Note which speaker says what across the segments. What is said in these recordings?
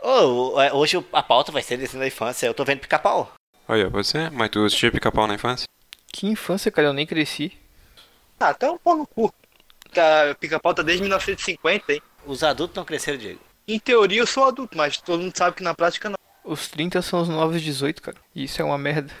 Speaker 1: Pô, é, hoje a pauta vai ser desenho da infância. Eu tô vendo pica-pau.
Speaker 2: Olha, você? Mas tu assistia pica-pau na infância?
Speaker 3: Que infância, cara, eu nem cresci.
Speaker 4: Ah, tá um pau no cu. Tá, Pica-pau tá desde 1950, hein?
Speaker 1: Os adultos não cresceram, Diego.
Speaker 4: Em teoria eu sou adulto, mas todo mundo sabe que na prática não.
Speaker 3: Os 30 são os novos 18, cara. E isso é uma merda.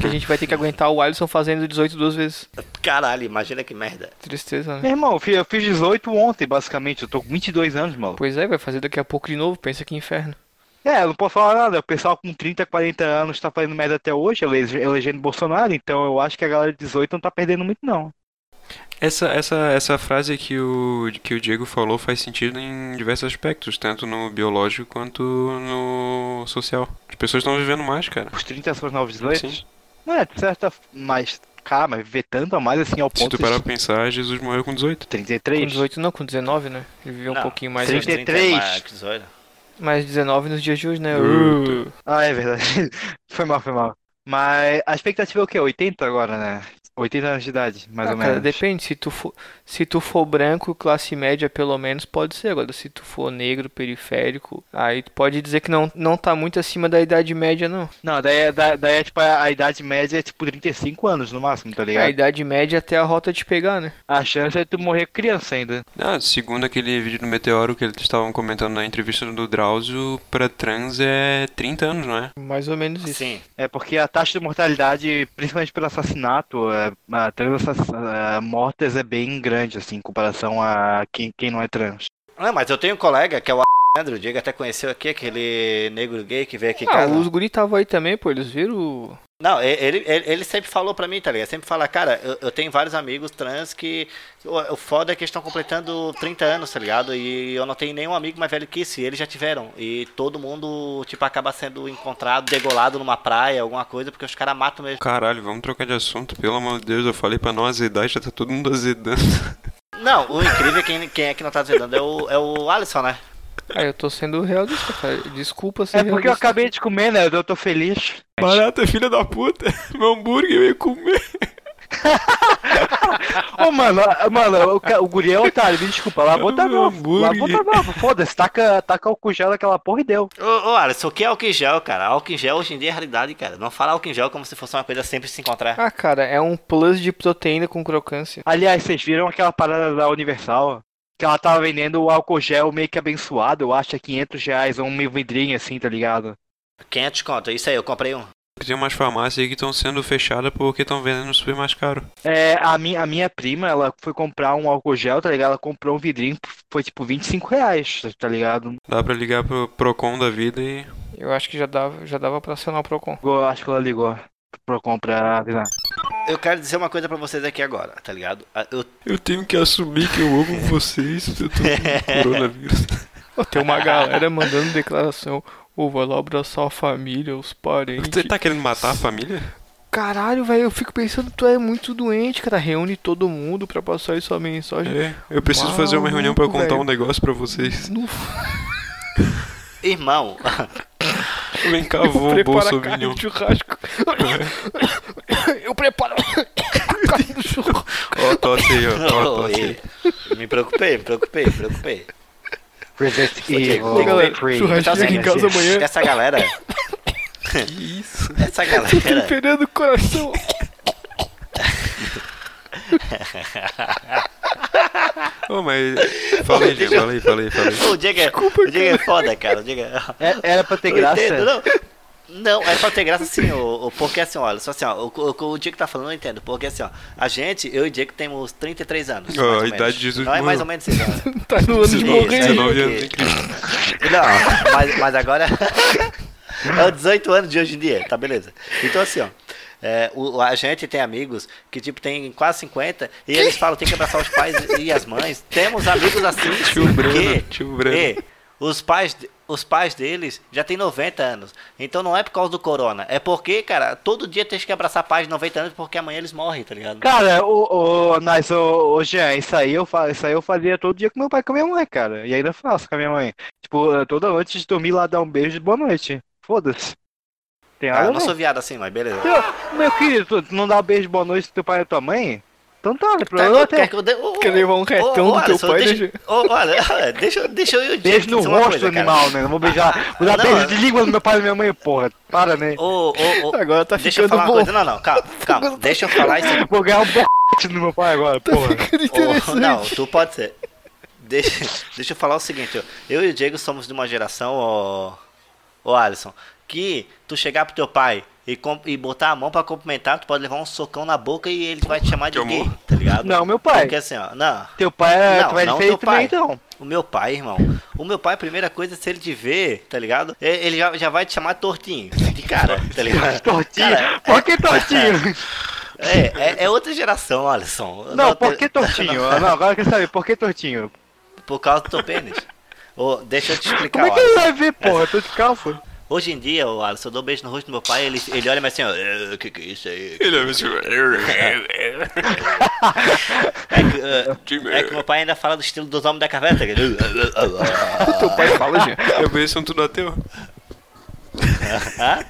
Speaker 3: Que a gente vai ter que aguentar o Alisson fazendo 18 duas vezes.
Speaker 1: Caralho, imagina que merda.
Speaker 3: Tristeza, né?
Speaker 5: Meu irmão, eu fi- eu fiz 18 ontem, basicamente. Eu tô com 22 anos, maluco.
Speaker 3: Pois é, vai fazer daqui a pouco de novo, pensa que inferno.
Speaker 5: É, eu não posso falar nada. O pessoal com 30, 40 anos tá fazendo merda até hoje, ele- elegendo Bolsonaro. Então eu acho que a galera de 18 não tá perdendo muito, não.
Speaker 2: Essa, essa, essa frase que o, que o Diego falou faz sentido em diversos aspectos, tanto no biológico quanto no social. As pessoas estão vivendo mais, cara.
Speaker 5: Os 30 são os novos 18.
Speaker 2: Sim.
Speaker 5: Não é, de certa... Mas, cara, mas viver tanto a mais assim ao
Speaker 2: Se
Speaker 5: ponto
Speaker 2: tu parar
Speaker 5: de
Speaker 2: pra pensar, Jesus morreu com 18.
Speaker 5: 33.
Speaker 3: Com 18 não, com 19, né? Ele viveu um
Speaker 1: Não,
Speaker 3: pouquinho mais.
Speaker 5: sim.
Speaker 3: Né?
Speaker 5: 33.
Speaker 3: Mais 19 nos dias de hoje, né?
Speaker 2: Puta.
Speaker 3: Uh.
Speaker 5: Ah, é verdade. Foi mal, foi mal. Mas a expectativa é o quê? 80 agora, né? 80 anos de idade, mais
Speaker 3: Ah,
Speaker 5: ou
Speaker 3: cara,
Speaker 5: menos.
Speaker 3: depende. Se tu, for, se tu for branco, classe média pelo menos, pode ser. Agora, se tu for negro, periférico, aí tu pode dizer que não, não tá muito acima da idade média, não.
Speaker 5: Não, daí, é- da- daí é tipo a, a idade média é tipo 35 anos no máximo, tá
Speaker 3: A
Speaker 5: ligado?
Speaker 3: idade média até a rota de pegar, né?
Speaker 5: A chance é tu morrer criança ainda.
Speaker 2: Ah, segundo aquele vídeo do Meteoro que eles estavam comentando na entrevista do Drauzio, pra trans é 30 anos, não é?
Speaker 3: Mais ou menos isso.
Speaker 1: Sim.
Speaker 5: É porque a taxa de mortalidade, principalmente pelo assassinato, é, a trans assass- é, mortas é bem grande, assim, em comparação a quem, quem não é trans.
Speaker 1: Não, mas eu tenho um colega que é o Alejandro, o Diego até conheceu aqui, aquele negro gay que veio aqui em
Speaker 3: Ah,
Speaker 1: casa.
Speaker 3: os guri estavam aí também, pô. Eles viram. o-
Speaker 1: Não, e- ele, ele, ele sempre falou pra mim, tá ligado? Sempre fala, cara, eu, eu tenho vários amigos trans que. O, o foda é que eles estão completando 30 anos, tá ligado? E eu não tenho nenhum amigo mais velho que isso, e eles já tiveram. E todo mundo, tipo, acaba sendo encontrado, degolado numa praia, alguma coisa, porque os caras matam mesmo.
Speaker 2: Caralho, vamos trocar de assunto, pelo amor de Deus, eu falei pra não azedar, já tá todo mundo azedando.
Speaker 1: Não, o incrível é quem, quem é que não tá dizendo é o, é o Alisson, né?
Speaker 3: Ah, eu tô sendo realista, cara. Desculpa ser
Speaker 5: É porque eu
Speaker 3: realista.
Speaker 5: acabei de comer, né? Eu tô feliz.
Speaker 2: Barata, filha da puta, meu hambúrguer eu ia comer.
Speaker 5: Ô, mano, ah, mano, o, ca- o guri é otário, me desculpa, lá bota
Speaker 2: Meu
Speaker 5: novo, lá
Speaker 2: hambúrguer.
Speaker 5: bota novo, foda-se, taca, taca o cujão daquela porra e deu.
Speaker 1: Ô, ô Alisson, o que é álcool em gel, cara? Álcool em gel hoje em dia é realidade, cara. Não fala álcool em gel como se fosse uma coisa sempre se encontrar.
Speaker 3: Ah, cara, é um plus de proteína com crocância.
Speaker 5: Aliás, vocês viram aquela parada da Universal? Que ela tava vendendo o álcool gel meio que abençoado, eu acho, a 500 reais, ou um meio vidrinho assim, tá ligado?
Speaker 1: 500 conto, isso aí, eu comprei um.
Speaker 2: Tem umas farmácias aí que estão sendo fechadas porque estão vendendo super mais caro.
Speaker 5: É, a, mi a minha prima, ela foi comprar um álcool gel, tá ligado? Ela comprou um vidrinho, foi tipo 25 reais, tá ligado?
Speaker 2: Dá pra ligar pro Procon da vida e.
Speaker 3: Eu acho que já dava, já dava pra acionar o Procon.
Speaker 5: Eu acho que ela ligou pra comprar.
Speaker 1: Eu quero dizer uma coisa pra vocês aqui agora, tá ligado? Ah, Eu
Speaker 2: Eu tenho que assumir que eu amo vocês, eu tô com coronavírus.
Speaker 3: Ó, Tem uma galera mandando declaração. Ô, vai lá abraçar a família, os parentes.
Speaker 2: Você tá querendo matar a família?
Speaker 3: Caralho, velho, eu fico pensando, tu é muito doente, cara. Reúne todo mundo pra passar aí sua mensagem.
Speaker 2: É, eu preciso fazer uma reunião pra eu contar
Speaker 3: Maluco,
Speaker 2: um negócio pra vocês.
Speaker 3: Não
Speaker 1: Irmão,
Speaker 2: Vem cá, vou,
Speaker 3: prepara a carne
Speaker 2: Bolsonaro.
Speaker 3: de churrasco. eu preparo a carne do churrasco.
Speaker 2: Ó, tosse aí, ó. ó
Speaker 1: Oi.
Speaker 2: tosse aí.
Speaker 1: me preocupei, me preocupei, me preocupei.
Speaker 5: Resident Tá
Speaker 3: Ô, galera,
Speaker 5: Free.
Speaker 3: churrasquinho aqui em casa amanhã.
Speaker 1: Essa galera,
Speaker 2: Que isso?
Speaker 1: essa galera,
Speaker 3: Temperando o coração.
Speaker 2: Ô, mas. Fala aí, Diego, fala aí, fala aí, fala aí.
Speaker 1: o Diego, é, o Diego é foda, cara, o Diego é...
Speaker 5: É- Era pra ter
Speaker 1: Eu
Speaker 5: graça?
Speaker 1: entendo, não. Não, é pra ter graça assim, o, o- porque assim, olha, só assim, ó, o, o, o Diego tá falando, eu entendo, porque assim, ó, a gente, eu e o Diego temos 33 anos.
Speaker 2: Ó,
Speaker 1: mais ou
Speaker 2: a
Speaker 1: menos.
Speaker 2: idade de Jesus
Speaker 1: Não é mais
Speaker 2: morreu.
Speaker 1: ou menos isso, não.
Speaker 3: Tá no ano de
Speaker 1: Isso,
Speaker 3: morrer.
Speaker 1: isso. aí,
Speaker 2: 19 anos,
Speaker 1: ok.
Speaker 2: hein, Cristo?
Speaker 1: Não, mas, mas agora. é o 18 anos de hoje em dia, tá beleza. Então assim, ó. é, o, a gente tem amigos que, tipo, tem quase 50 e eles falam tem que abraçar os pais e as mães. Temos amigos assim
Speaker 2: Tio Breno,
Speaker 1: que,
Speaker 2: tio Breno.
Speaker 1: e os pais, de- os pais deles já têm 90 anos. Então não é por causa do corona. É porque, cara, todo dia tem que abraçar pais de 90 anos porque amanhã eles morrem, tá ligado?
Speaker 5: Cara, o, o, mas o, o Jean, isso aí, eu, fa- isso aí eu fazia todo dia com meu pai e com a minha mãe, cara. E ainda faço com a minha mãe. Tipo, eh, toda noite de dormir lá, dar um beijo e boa noite. Foda-se. Tem
Speaker 1: Ah, eu
Speaker 5: nada a
Speaker 1: não
Speaker 5: ver.
Speaker 1: sou viado assim, mas beleza.
Speaker 5: Meu querido, tu, tu não dá um beijo e boa noite pro teu pai e tua mãe? Então tá, né?
Speaker 1: Tá,
Speaker 5: Problema
Speaker 1: quer
Speaker 5: até.
Speaker 1: que eu dê- ô, ô,
Speaker 3: Quer levar um cartão
Speaker 1: ô,
Speaker 3: do teu
Speaker 1: Alisson,
Speaker 3: pai,
Speaker 1: deixa-
Speaker 3: né, Ju?
Speaker 1: ô, Olha, olha, deixa, deixa eu e o Diego
Speaker 5: Beijo no
Speaker 1: dizer uma
Speaker 5: rosto,
Speaker 1: coisa, cara.
Speaker 5: animal, né? Não vou beijar. Vou dar
Speaker 1: Não,
Speaker 5: beijo
Speaker 1: eu-
Speaker 5: de língua no meu pai e na minha mãe, porra. Para, né?
Speaker 1: Ô, ô, ô,
Speaker 3: Agora tá
Speaker 1: deixa eu
Speaker 3: ficando
Speaker 1: falar uma
Speaker 3: bom.
Speaker 1: coisa. Não, não, calma, calma. Deixa eu falar isso.
Speaker 5: Vou ganhar um bote no meu pai agora, porra.
Speaker 1: Ô, não, tu pode ser. Deixa, deixa eu falar o seguinte, ó. eu e o Diego somos de uma geração, ô, ô Alisson, que tu chegar pro teu pai e, com- e botar a mão pra cumprimentar, tu pode levar um socão na boca e ele vai te chamar de
Speaker 2: Que
Speaker 1: gay,
Speaker 2: amor.
Speaker 1: tá ligado?
Speaker 5: Não, meu pai.
Speaker 1: Porque assim, ó, não,
Speaker 5: Teu pai é,
Speaker 1: Não,
Speaker 5: tu é
Speaker 1: não teu
Speaker 5: diferente
Speaker 1: pai.
Speaker 5: também, então.
Speaker 1: o meu pai, irmão, o meu pai, a primeira coisa, se ele te ver, tá ligado? E- Ele já, já vai te chamar tortinho, de cara, tá ligado? Cara,
Speaker 5: Tortinho? Por que tortinho?
Speaker 1: é, é, é outra geração, Alisson.
Speaker 5: Não,
Speaker 1: Não,
Speaker 5: por
Speaker 1: te-
Speaker 5: que tortinho? Ah, Não, agora eu quero saber, por que tortinho?
Speaker 1: Por causa do teu pênis. Ô, deixa eu te explicar,
Speaker 5: Como é que
Speaker 1: Alisson.
Speaker 5: ele vai ver, porra? Eu tô de calça.
Speaker 1: Hoje em dia, o Alisson, eu dou um beijo no rosto do meu pai, ele, ele olha mas assim, ó, "Eh, o que que é isso aí?
Speaker 2: Ele é
Speaker 1: É que, eh, é que meu pai ainda fala do estilo dos homens da caverna, tá ligado?
Speaker 3: Teu pai fala, gente.
Speaker 2: Eu vejo são tudo ateu.
Speaker 1: Hã?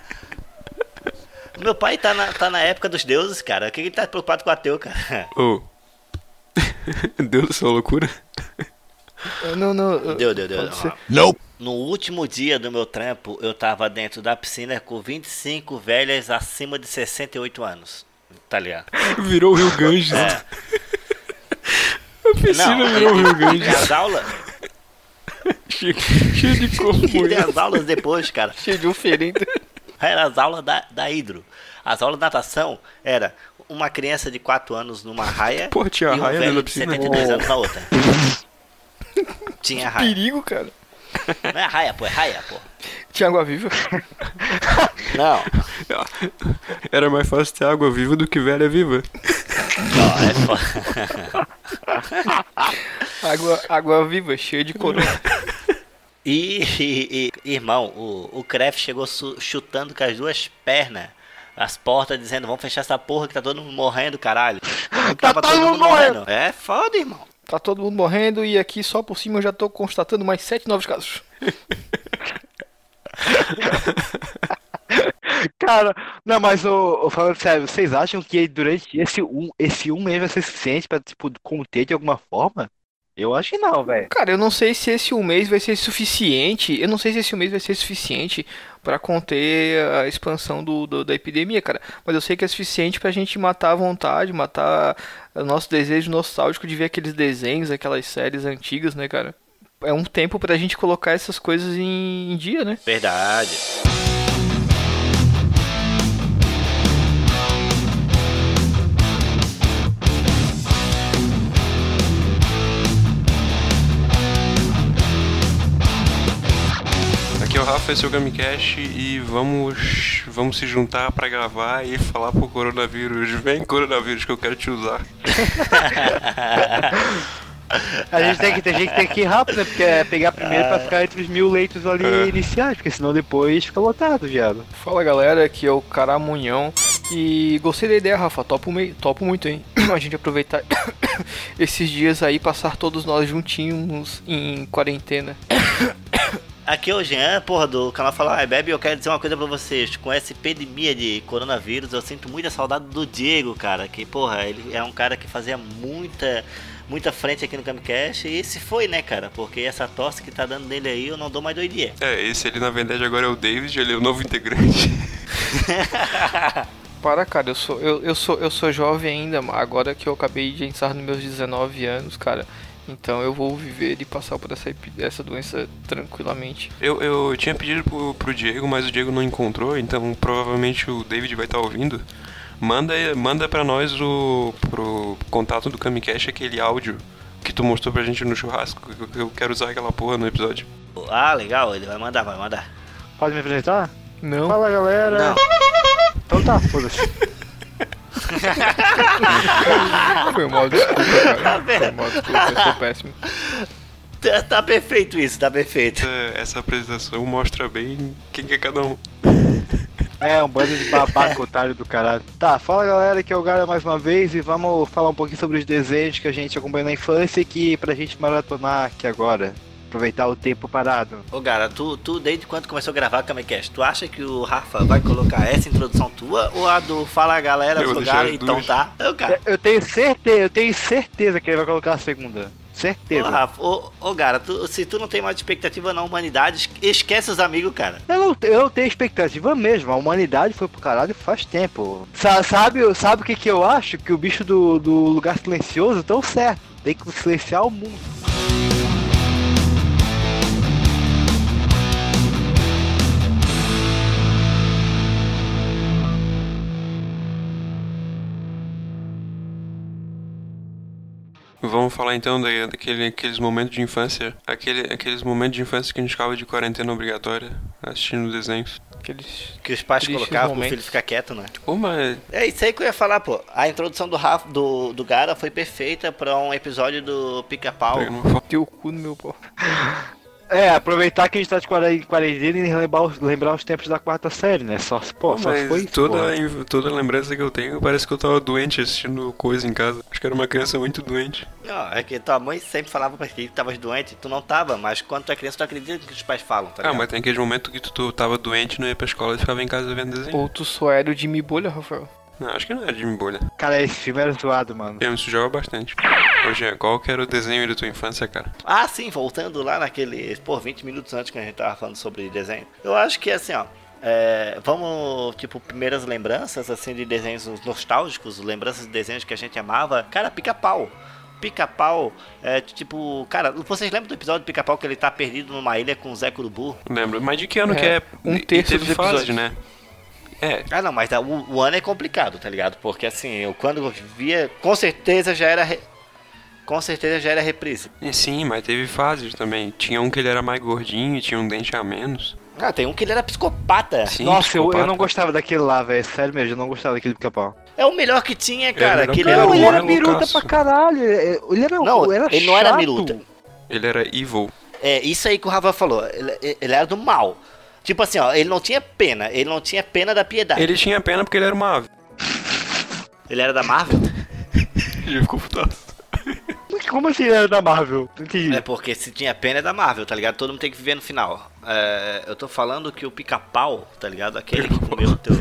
Speaker 1: Meu pai tá na, tá na época dos deuses, cara. O que que ele tá preocupado com o ateu, cara?
Speaker 2: Ô. Deus, essa loucura.
Speaker 3: Não, não. eu-
Speaker 1: Deu, deu, deu.
Speaker 3: pode ser.
Speaker 1: No último dia do meu trampo, eu tava dentro da piscina com 25 velhas acima de 68 anos. Tá ligado?
Speaker 2: Virou o Rio Ganges.
Speaker 1: É.
Speaker 2: A piscina virou o Rio
Speaker 1: e, e
Speaker 2: Ganges.
Speaker 1: as aulas,
Speaker 2: Cheio cheio de corpo.
Speaker 1: e as aulas depois, cara.
Speaker 3: Cheio de oferenda.
Speaker 1: Era as aulas da, da hidro. As aulas de natação era uma criança de 4 anos numa raia
Speaker 2: Pô, tinha
Speaker 1: e um
Speaker 2: raia
Speaker 1: velho
Speaker 2: na
Speaker 1: de
Speaker 2: piscina?
Speaker 1: 72 anos na outra. Tinha raia.
Speaker 3: Perigo, cara.
Speaker 1: Não é raia, pô, é raia, pô.
Speaker 3: Tinha água viva?
Speaker 1: Não,
Speaker 2: Era mais fácil ter água viva do que velha viva.
Speaker 1: não, é foda.
Speaker 3: Água, água viva, cheia de coroa.
Speaker 1: E, e- e- irmão, o, o Kref chegou su- chutando com as duas pernas as portas, dizendo: vamos fechar essa porra que tá todo mundo morrendo, caralho.
Speaker 5: Tá todo mundo morrendo.
Speaker 1: É foda, irmão.
Speaker 3: Tá todo mundo morrendo e aqui só por cima eu já tô constatando mais sete novos casos.
Speaker 5: Cara, não, mas ô, ô, falando sério, vocês acham que durante esse um, esse um mês vai ser suficiente pra, tipo, conter de alguma forma? Eu acho que não, velho.
Speaker 3: Cara, eu não sei se esse um mês vai ser suficiente. Eu não sei se esse um mês vai ser suficiente pra conter a expansão do, do- da epidemia, cara. Mas eu sei que é suficiente pra gente matar a vontade, matar o nosso desejo nostálgico de ver aqueles desenhos, aquelas séries antigas, né, cara? É um tempo pra gente colocar essas coisas em, em dia, né?
Speaker 1: Verdade.
Speaker 2: Aqui é o Rafa, esse é o Gamecast e vamos, vamos se juntar pra gravar e falar pro coronavírus. Vem, coronavírus, que eu quero te usar.
Speaker 5: A gente tem que, tem gente que tem que ir rápido, né? Porque é pegar primeiro pra ficar entre os mil leitos ali iniciais, porque senão depois fica lotado, viado.
Speaker 3: Fala galera, aqui é o Caramunhão e gostei da ideia, Rafa. Topo, mei- topo muito, hein? A gente aproveitar esses dias aí, passar todos nós juntinhos em quarentena.
Speaker 1: Aqui é o Jean, porra, do canal Fala Ai Bebe. Eu quero dizer uma coisa pra vocês. Com essa epidemia de coronavírus, eu sinto muita saudade do Diego, cara. Que, porra, ele é um cara que fazia muita, muita frente aqui no Camcast. E se foi, né, cara? Porque essa tosse que tá dando nele aí, eu não dou mais doideira.
Speaker 2: É, esse ali na verdade agora é o David, ele é o novo integrante.
Speaker 3: Para, cara, eu sou, eu, eu sou, eu sou jovem ainda, agora que eu acabei de entrar nos meus 19 anos, cara. Então eu vou viver e passar por essa, epi- essa doença tranquilamente.
Speaker 2: Eu, eu tinha pedido pro, pro Diego, mas o Diego não encontrou, então provavelmente o David vai estar ouvindo. Manda, manda pra nós o pro contato do Camicast aquele áudio que tu mostrou pra gente no churrasco, que eu- que eu quero usar aquela porra no episódio.
Speaker 1: Ah, legal, ele vai mandar, vai mandar.
Speaker 5: Pode me apresentar?
Speaker 3: Não,
Speaker 5: Fala, galera.
Speaker 1: Não.
Speaker 5: Então tá, foda-se.
Speaker 3: foi mal, desculpa, cara. Foi mal, desculpa, eu sou péssimo.
Speaker 1: Tá, tá perfeito isso, tá perfeito.
Speaker 2: Essa, essa apresentação mostra bem quem que é cada um.
Speaker 5: É, um bando de babaca otário do caralho. Tá, fala galera, que é o Gara mais uma vez e vamos falar um pouquinho sobre os desenhos que a gente acompanha na infância e que pra gente maratonar aqui agora. aproveitar o tempo parado.
Speaker 1: Ô, cara, tu, tu desde quando começou a gravar o Camicast, tu acha que o Rafa vai colocar essa introdução tua ou a do Fala Galera
Speaker 2: Eu
Speaker 1: do
Speaker 2: vou
Speaker 1: lugar,
Speaker 2: deixar as
Speaker 1: então
Speaker 2: duas.
Speaker 1: tá? Ô, cara,
Speaker 5: Eu tenho certeza, eu tenho certeza que ele vai colocar a segunda.
Speaker 1: ô,
Speaker 5: Certeza.
Speaker 1: Rafa, ô, ô, cara, tu- se tu não tem mais expectativa na humanidade, es- esquece os amigos, cara.
Speaker 5: Eu não, eu não tenho expectativa mesmo, a humanidade foi pro caralho faz tempo. Sa- sabe sabe o que, que eu acho? Que o bicho do, do lugar silencioso tão certo. Tem que silenciar o mundo.
Speaker 2: Vamos falar então da, daquele, aqueles momentos de infância. Aquele, aqueles momentos de infância que a gente ficava de quarentena obrigatória, assistindo desenhos.
Speaker 3: Aqueles...
Speaker 1: Que os pais
Speaker 3: Tristes
Speaker 1: colocavam pro
Speaker 3: momentos.
Speaker 1: filho ficar quieto, né?
Speaker 2: Pô, mas
Speaker 1: É isso aí que eu ia falar, pô. A introdução do Rafa, do, do Gara foi perfeita pra um episódio do Pica-Pau.
Speaker 2: pegando uma foto.
Speaker 3: Teu cu no meu pau.
Speaker 5: É, aproveitar que a gente tá de quare- quarentena e lembrar os, lembrar os tempos da quarta série, né? Só, se- pô,
Speaker 2: Pô,
Speaker 5: só se
Speaker 2: mas
Speaker 5: foi isso,
Speaker 2: toda,
Speaker 5: porra.
Speaker 2: a- toda a lembrança que eu tenho parece que eu tava doente assistindo coisa em casa. Acho que era uma criança muito
Speaker 5: Tá
Speaker 2: doente. Ah,
Speaker 1: Não, é que tua mãe sempre falava pra ti que tava doente, tu não tava, mas quando tu é criança, tu acredita no que os pais falam, tá
Speaker 2: Ah,
Speaker 1: ligado?
Speaker 2: mas tem aquele momento que tu, tu tava doente, não ia pra escola e ficava em casa vendo desenho.
Speaker 3: Ou tu só era o Jimmy Bolha, Rafael?
Speaker 2: Não, acho que não era de bolha.
Speaker 5: Cara, esse filme era zoado, mano.
Speaker 2: Eu me sujava bastante. Ô, Jean, qual que era o desenho da tua infância, cara?
Speaker 1: Ah, sim, voltando lá naquele. Pô, 20 minutos antes que a gente tava falando sobre desenho. Eu acho que assim, ó. é, vamos, tipo, primeiras lembranças, assim, de desenhos nostálgicos, lembranças de desenhos que a gente amava. Cara, pica-pau. Pica-pau, é tipo, cara, vocês lembram do episódio do pica-pau que ele tá perdido numa ilha com o Zé Curubu?
Speaker 2: Lembro. Mas de que ano
Speaker 3: É,
Speaker 2: que é?
Speaker 3: um
Speaker 2: E- e
Speaker 3: terço
Speaker 2: teve
Speaker 3: dos
Speaker 2: fase,
Speaker 3: episódios.
Speaker 2: né? É,
Speaker 1: Ah, não, mas ah, o, o ano é complicado, tá ligado? Porque assim, eu quando eu via, com certeza já era. re- Com certeza já era reprise.
Speaker 2: e sim, mas teve fases também. Tinha um que ele era mais gordinho, tinha um dente a menos.
Speaker 1: Ah, tem um que ele era psicopata.
Speaker 2: Sim, tá.
Speaker 5: Nossa, eu, eu
Speaker 2: psicopata.
Speaker 5: não gostava daquele lá, velho. Sério mesmo, eu não gostava daquele pica-pau.
Speaker 1: É o melhor que tinha, cara.
Speaker 2: melhor
Speaker 1: que ele
Speaker 2: que
Speaker 1: era
Speaker 2: era.
Speaker 1: um
Speaker 2: Ele
Speaker 1: homem
Speaker 2: era é loucaço.
Speaker 5: caralho. Ele era
Speaker 1: Não, ele não era Miruta.
Speaker 2: Ele era evil.
Speaker 1: É isso aí que o Rafa falou. Ele, ele era do mal. Tipo assim, ó, ele não tinha pena. Ele não tinha pena da piedade. Ele,
Speaker 2: Ele tinha pena porque ele era uma ave.
Speaker 1: era da Marvel?
Speaker 2: Ele ficou putaço.
Speaker 5: Como assim ele era da Marvel? Não entendi.
Speaker 1: é porque se tinha pena é da Marvel, tá ligado? Todo mundo tem que viver no final. É, eu tô falando que o pica-pau, tá ligado? Aquele que comeu o teu.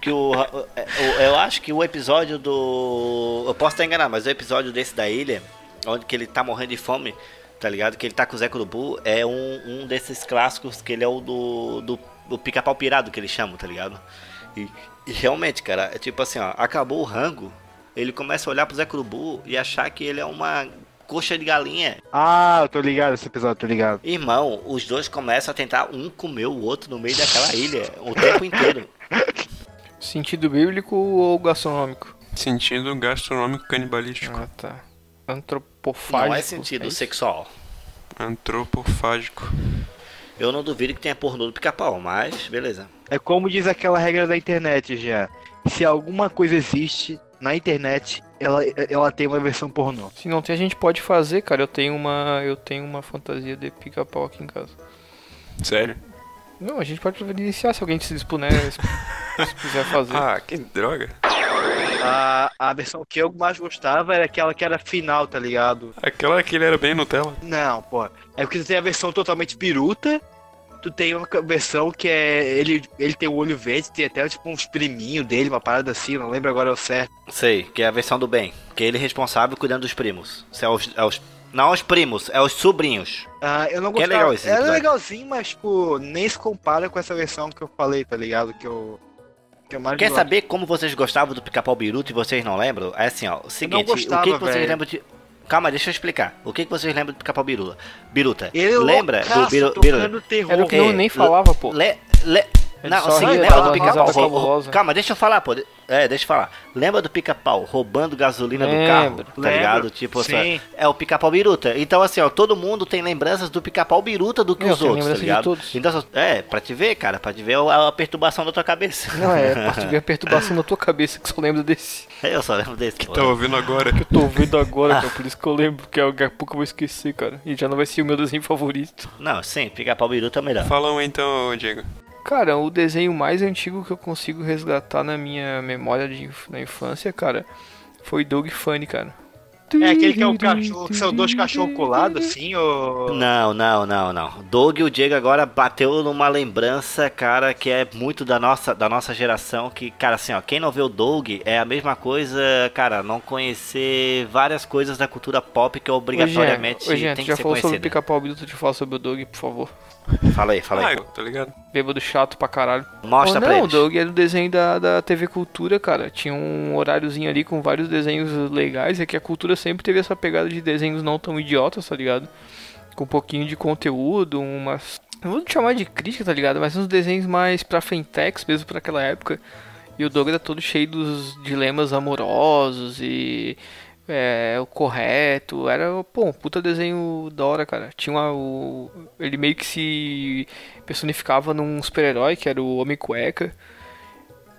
Speaker 1: Que o, Ra- o- eu acho que o episódio do. Eu posso estar enganado, mas o episódio desse da ilha, onde que ele tá morrendo de fome, tá ligado? Que ele tá com o Zé Curubu, é um, um desses clássicos que ele é o do, do, do pica-pau pirado que eles chamam, tá ligado? E, e realmente, cara, é tipo assim, ó, acabou o rango, ele começa a olhar pro Zé Curubu e achar que ele é uma coxa de galinha.
Speaker 5: Ah, eu tô ligado esse episódio, tô ligado.
Speaker 1: Irmão, os dois começam a tentar um comer o outro no meio daquela ilha o tempo inteiro.
Speaker 3: Sentido bíblico ou gastronômico?
Speaker 2: Sentido gastronômico canibalístico.
Speaker 3: Ah, tá. Antropofágico.
Speaker 1: Não é sentido
Speaker 3: isso?
Speaker 1: sexual. Ah.
Speaker 2: Antropofágico.
Speaker 1: Eu não duvido que tenha pornô do pica-pau, mas beleza.
Speaker 5: É como diz aquela regra da internet, já. Se alguma coisa existe na internet, ela, ela tem uma versão pornô.
Speaker 3: Se não tem, a gente pode fazer, cara. Eu tenho uma, eu tenho uma fantasia de pica-pau aqui em casa.
Speaker 2: Sério?
Speaker 3: Não, a gente pode providenciar se alguém se dispuser, se, se quiser fazer.
Speaker 2: Ah, que droga.
Speaker 5: A, a versão que eu mais gostava era aquela que era final, tá ligado?
Speaker 2: Aquela que ele era bem Nutella.
Speaker 5: Não, pô. É porque tu tem a versão totalmente piruta. Tu tem uma versão que é. Ele, ele tem o olho verde, tem até tipo uns priminhos dele, uma parada assim, não lembro agora o certo.
Speaker 1: Sei, que é a versão do bem. Que ele é responsável cuidando dos primos. Se é os, é os- não aos primos, é aos sobrinhos.
Speaker 5: Ah, eu não
Speaker 1: Que é
Speaker 5: gostava.
Speaker 1: legal esse
Speaker 5: Era
Speaker 1: episódio.
Speaker 5: legalzinho, mas, tipo, nem se compara com essa versão que eu falei, tá ligado? Que eu. Que eu mais
Speaker 1: Quer
Speaker 5: gosto.
Speaker 1: saber como vocês gostavam do pica-pau biruta e vocês não lembram? É assim, ó. o Seguinte,
Speaker 5: gostava,
Speaker 1: o que, que vocês
Speaker 5: velho.
Speaker 1: lembram de. Calma, deixa eu explicar. O que, que vocês lembram do pica-pau biruta? Biruta.
Speaker 5: Ele é
Speaker 1: Lembra do
Speaker 5: loucaço,
Speaker 1: biru, biruta?
Speaker 5: tocando terror.
Speaker 3: Era o que
Speaker 1: é,
Speaker 3: eu nem
Speaker 1: le-
Speaker 3: falava, pô.
Speaker 1: Le, le-
Speaker 3: Ele
Speaker 1: não,
Speaker 3: só
Speaker 1: assim,
Speaker 3: ri,
Speaker 1: lembra
Speaker 3: dava
Speaker 1: do
Speaker 3: uma
Speaker 1: pica-pau.
Speaker 3: risada
Speaker 1: rou-
Speaker 3: cabulosa.
Speaker 1: Calma, deixa eu falar, pô. É, deixa eu falar. Lembra do pica-pau roubando gasolina do carro?
Speaker 3: Lembro.
Speaker 1: Tá
Speaker 5: Lembro.
Speaker 1: ligado? Tipo, assim,
Speaker 5: Sim.
Speaker 1: é o pica-pau biruta. Então, assim, ó, todo mundo tem lembranças do pica-pau biruta do que
Speaker 3: Eu
Speaker 1: os
Speaker 3: tenho
Speaker 1: outros, tá
Speaker 3: lembrança de
Speaker 1: ligado?
Speaker 3: todos.
Speaker 1: Então, só- é, pra te ver, cara, pra te ver a, a perturbação da tua cabeça.
Speaker 3: Não, é, pra tu ver a perturbação na tua cabeça que só lembro desse.
Speaker 1: eu só lembro desse. pô.
Speaker 2: Tá
Speaker 5: Então-
Speaker 2: ouvindo agora?
Speaker 3: Que eu tô ouvindo
Speaker 5: Ah.
Speaker 3: agora, cara. Por isso que eu lembro, que daqui a pouco eu vou esquecer, cara. E já não vai ser o meu desenho favorito.
Speaker 1: Não, sim, pica-pau biruta é o melhor.
Speaker 2: Falam então, Diego.
Speaker 3: Cara, o desenho mais antigo que eu consigo resgatar na minha memória de, inf- na infância, cara, foi Doug Funny, cara.
Speaker 5: É aquele que é o cachorro, que são dois cachorros colados, assim, ou...
Speaker 1: Não, não, não, não. Doug e o Diego agora bateu numa lembrança, cara, que é muito da nossa, da nossa geração. Que, cara, assim, ó, quem não vê o Doug é a mesma coisa, cara, não conhecer várias coisas da cultura pop que obrigatoriamente
Speaker 3: Ô, Jean,
Speaker 1: tem
Speaker 3: é, tu
Speaker 1: que
Speaker 3: já
Speaker 1: ser
Speaker 3: falou sobre
Speaker 1: conhecida.
Speaker 5: né?
Speaker 3: o pica-pau abduto, te fala sobre o Doug, por favor.
Speaker 1: Fala aí, fala aí.
Speaker 2: Ah, tá ligado?
Speaker 3: Bêbado chato pra caralho.
Speaker 1: Mostra
Speaker 3: oh,
Speaker 1: pra
Speaker 3: não, o
Speaker 1: eles.
Speaker 3: Doug era do desenho da, da TV Cultura, cara. Tinha um horáriozinho ali com vários desenhos legais. É que a cultura sempre teve essa pegada de desenhos não tão idiotas, tá ligado? Com um pouquinho de conteúdo, umas. Não vou chamar de crítica, tá ligado? Mas uns desenhos mais pra frentex mesmo pra aquela época. E o Doug era todo cheio dos dilemas amorosos e. É, o correto. Era, pô, um puta desenho da hora, cara. Tinha uma, o. Ele meio que se personificava num super-herói, que era o Homem Cueca.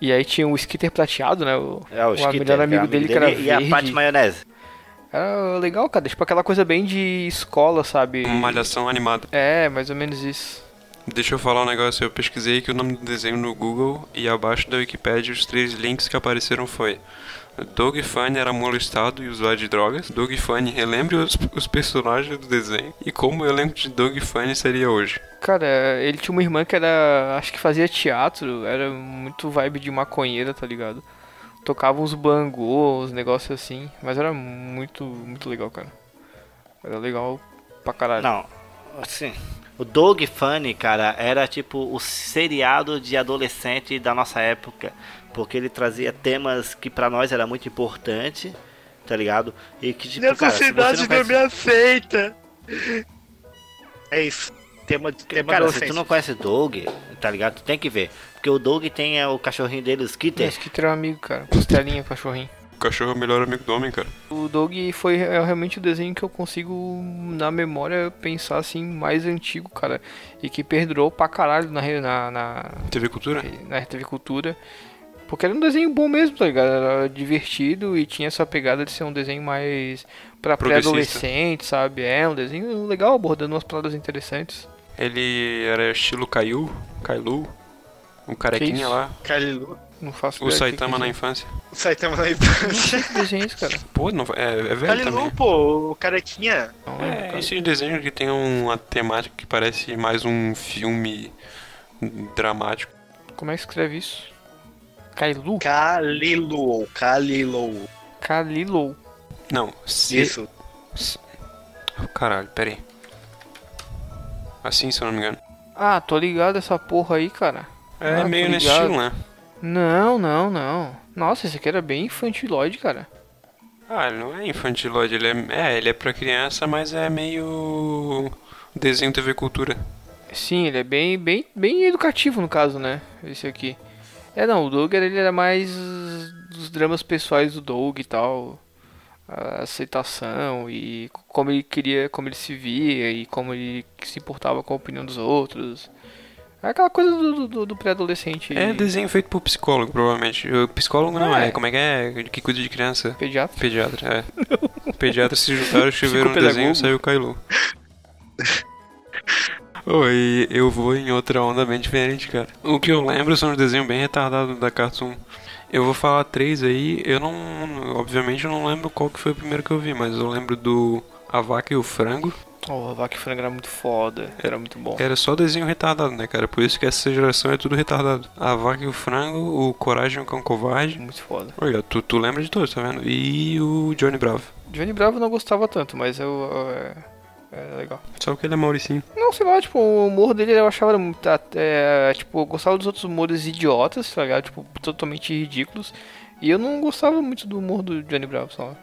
Speaker 3: E aí tinha o Skitter prateado, né? O,
Speaker 1: É, o Skeeter,
Speaker 3: melhor
Speaker 1: que é
Speaker 3: amigo dele, que era
Speaker 1: E a
Speaker 3: verde.
Speaker 1: Paty Maionese.
Speaker 3: Era legal, cara. Tipo aquela coisa bem de escola, sabe?
Speaker 2: Uma malhação animada.
Speaker 3: É, mais ou menos isso.
Speaker 2: Deixa eu falar um negócio, eu pesquisei que o nome do desenho no Google e abaixo da Wikipédia os três links que apareceram foi Doug Funny era molestado e usuário de drogas. Doug Funny relembre os, os personagens do desenho e como o elenco de Doug Funny seria hoje.
Speaker 3: Cara, ele tinha uma irmã que era. Acho que fazia teatro, era muito vibe de maconheira, tá ligado? Tocava uns bangô, uns negócios assim. Mas era muito, muito legal, cara. Era legal pra caralho.
Speaker 1: Não, assim. O Doug Funny, cara, era tipo o seriado de adolescente da nossa época. Porque ele trazia temas que pra nós era muito importante, tá ligado? E que tipo, cara, se você não conhece...
Speaker 5: aceita. É isso. Tema, tema
Speaker 1: Cara,
Speaker 5: da
Speaker 1: se tu
Speaker 5: ofensa.
Speaker 1: não conhece Doug, tá ligado? Tu tem que ver. Porque o Doug tem é, o cachorrinho dele, o Skitter.
Speaker 3: Esse que era um amigo, cara. Costelinha, cachorrinho.
Speaker 2: O cachorro é o melhor amigo do homem, cara.
Speaker 3: O Doug foi é realmente o desenho que eu consigo, na memória, pensar assim, mais antigo, cara. E que perdurou pra caralho na, re- na, na,
Speaker 2: TV Cultura?
Speaker 3: na RTV Cultura. Porque era um desenho bom mesmo, tá ligado? Era divertido e tinha essa pegada de ser um desenho mais pra
Speaker 2: Progressista.
Speaker 3: pré-adolescente, sabe? É, um desenho legal, abordando umas paradas interessantes.
Speaker 2: Ele era estilo Kaiu, Kailu, um
Speaker 3: Que
Speaker 2: carequinha
Speaker 3: isso?
Speaker 2: lá,
Speaker 5: Kailu.
Speaker 3: Não faço
Speaker 2: o
Speaker 3: ideia do que
Speaker 2: Saitama
Speaker 3: que
Speaker 2: na
Speaker 3: é.
Speaker 2: infância.
Speaker 5: Saitama na infância.
Speaker 3: Que desenho é esse, cara?
Speaker 2: Pô, não, é, é velho
Speaker 5: Kailu,
Speaker 2: também.
Speaker 5: pô, o carequinha.
Speaker 3: Não lembro,
Speaker 2: É,
Speaker 3: cara.
Speaker 2: esse desenho que tem uma temática que parece mais um filme dramático.
Speaker 3: Como é que escreve isso? Kailu?
Speaker 5: Kalilo, Kalilo.
Speaker 3: Kalilou.
Speaker 2: Não, se...
Speaker 5: Isso.
Speaker 2: Caralho, peraí. Assim, se eu não me engano.
Speaker 3: Ah, tô ligado essa porra aí, cara.
Speaker 2: É
Speaker 3: Ah, tô
Speaker 2: meio nesse
Speaker 3: ligado.
Speaker 2: estilo, né?
Speaker 3: Não, não, não. Nossa, esse aqui era bem infantiloide, cara.
Speaker 2: Ah, ele não é infantilóide, ele é... é, ele é pra criança, mas é meio desenho TV Cultura.
Speaker 3: Sim, ele é bem, bem, bem educativo no caso, né? Esse aqui. É, não, o Doug era- ele era mais dos dramas pessoais do Doug e tal. A aceitação e co- como ele queria, como ele se via e como ele se importava com a opinião dos outros. É aquela coisa do, do, do pré-adolescente
Speaker 2: É desenho feito por psicólogo, provavelmente. O psicólogo não
Speaker 3: Ah,
Speaker 2: é.
Speaker 3: é.
Speaker 2: como é que é? Que cuida de criança.
Speaker 3: pediatra.
Speaker 2: Pediatra, é. Pediatra se juntaram, choveram no desenho
Speaker 3: Psicopedagogo.
Speaker 2: e saiu o Kailu. Oi, eu vou em outra onda bem diferente, cara. O que eu lembro são os desenhos bem retardados da Cartoon. Eu vou falar três aí, eu não. Obviamente eu não lembro qual que foi o primeiro que eu vi, mas eu lembro do A Vaca e o Frango.
Speaker 3: Oh, a Vaca e Frango era muito foda, era muito bom.
Speaker 2: Era só desenho retardado, né, cara? Por isso que essa geração é tudo retardado. A Vaca e o Frango, o Coragem e o Cão Covarde.
Speaker 3: Muito foda.
Speaker 2: Olha, tu, tu lembra de todos, tá vendo? E o Johnny Bravo.
Speaker 3: Johnny Bravo eu não gostava tanto, mas eu. eu- é- é legal.
Speaker 2: Só que ele é Mauricinho.
Speaker 3: Não, sei lá, tipo, o humor dele eu achava muito. É, tipo, eu gostava dos outros humores idiotas, tá ligado? Tipo, totalmente ridículos. E eu não gostava muito do humor do Johnny Bravo, só.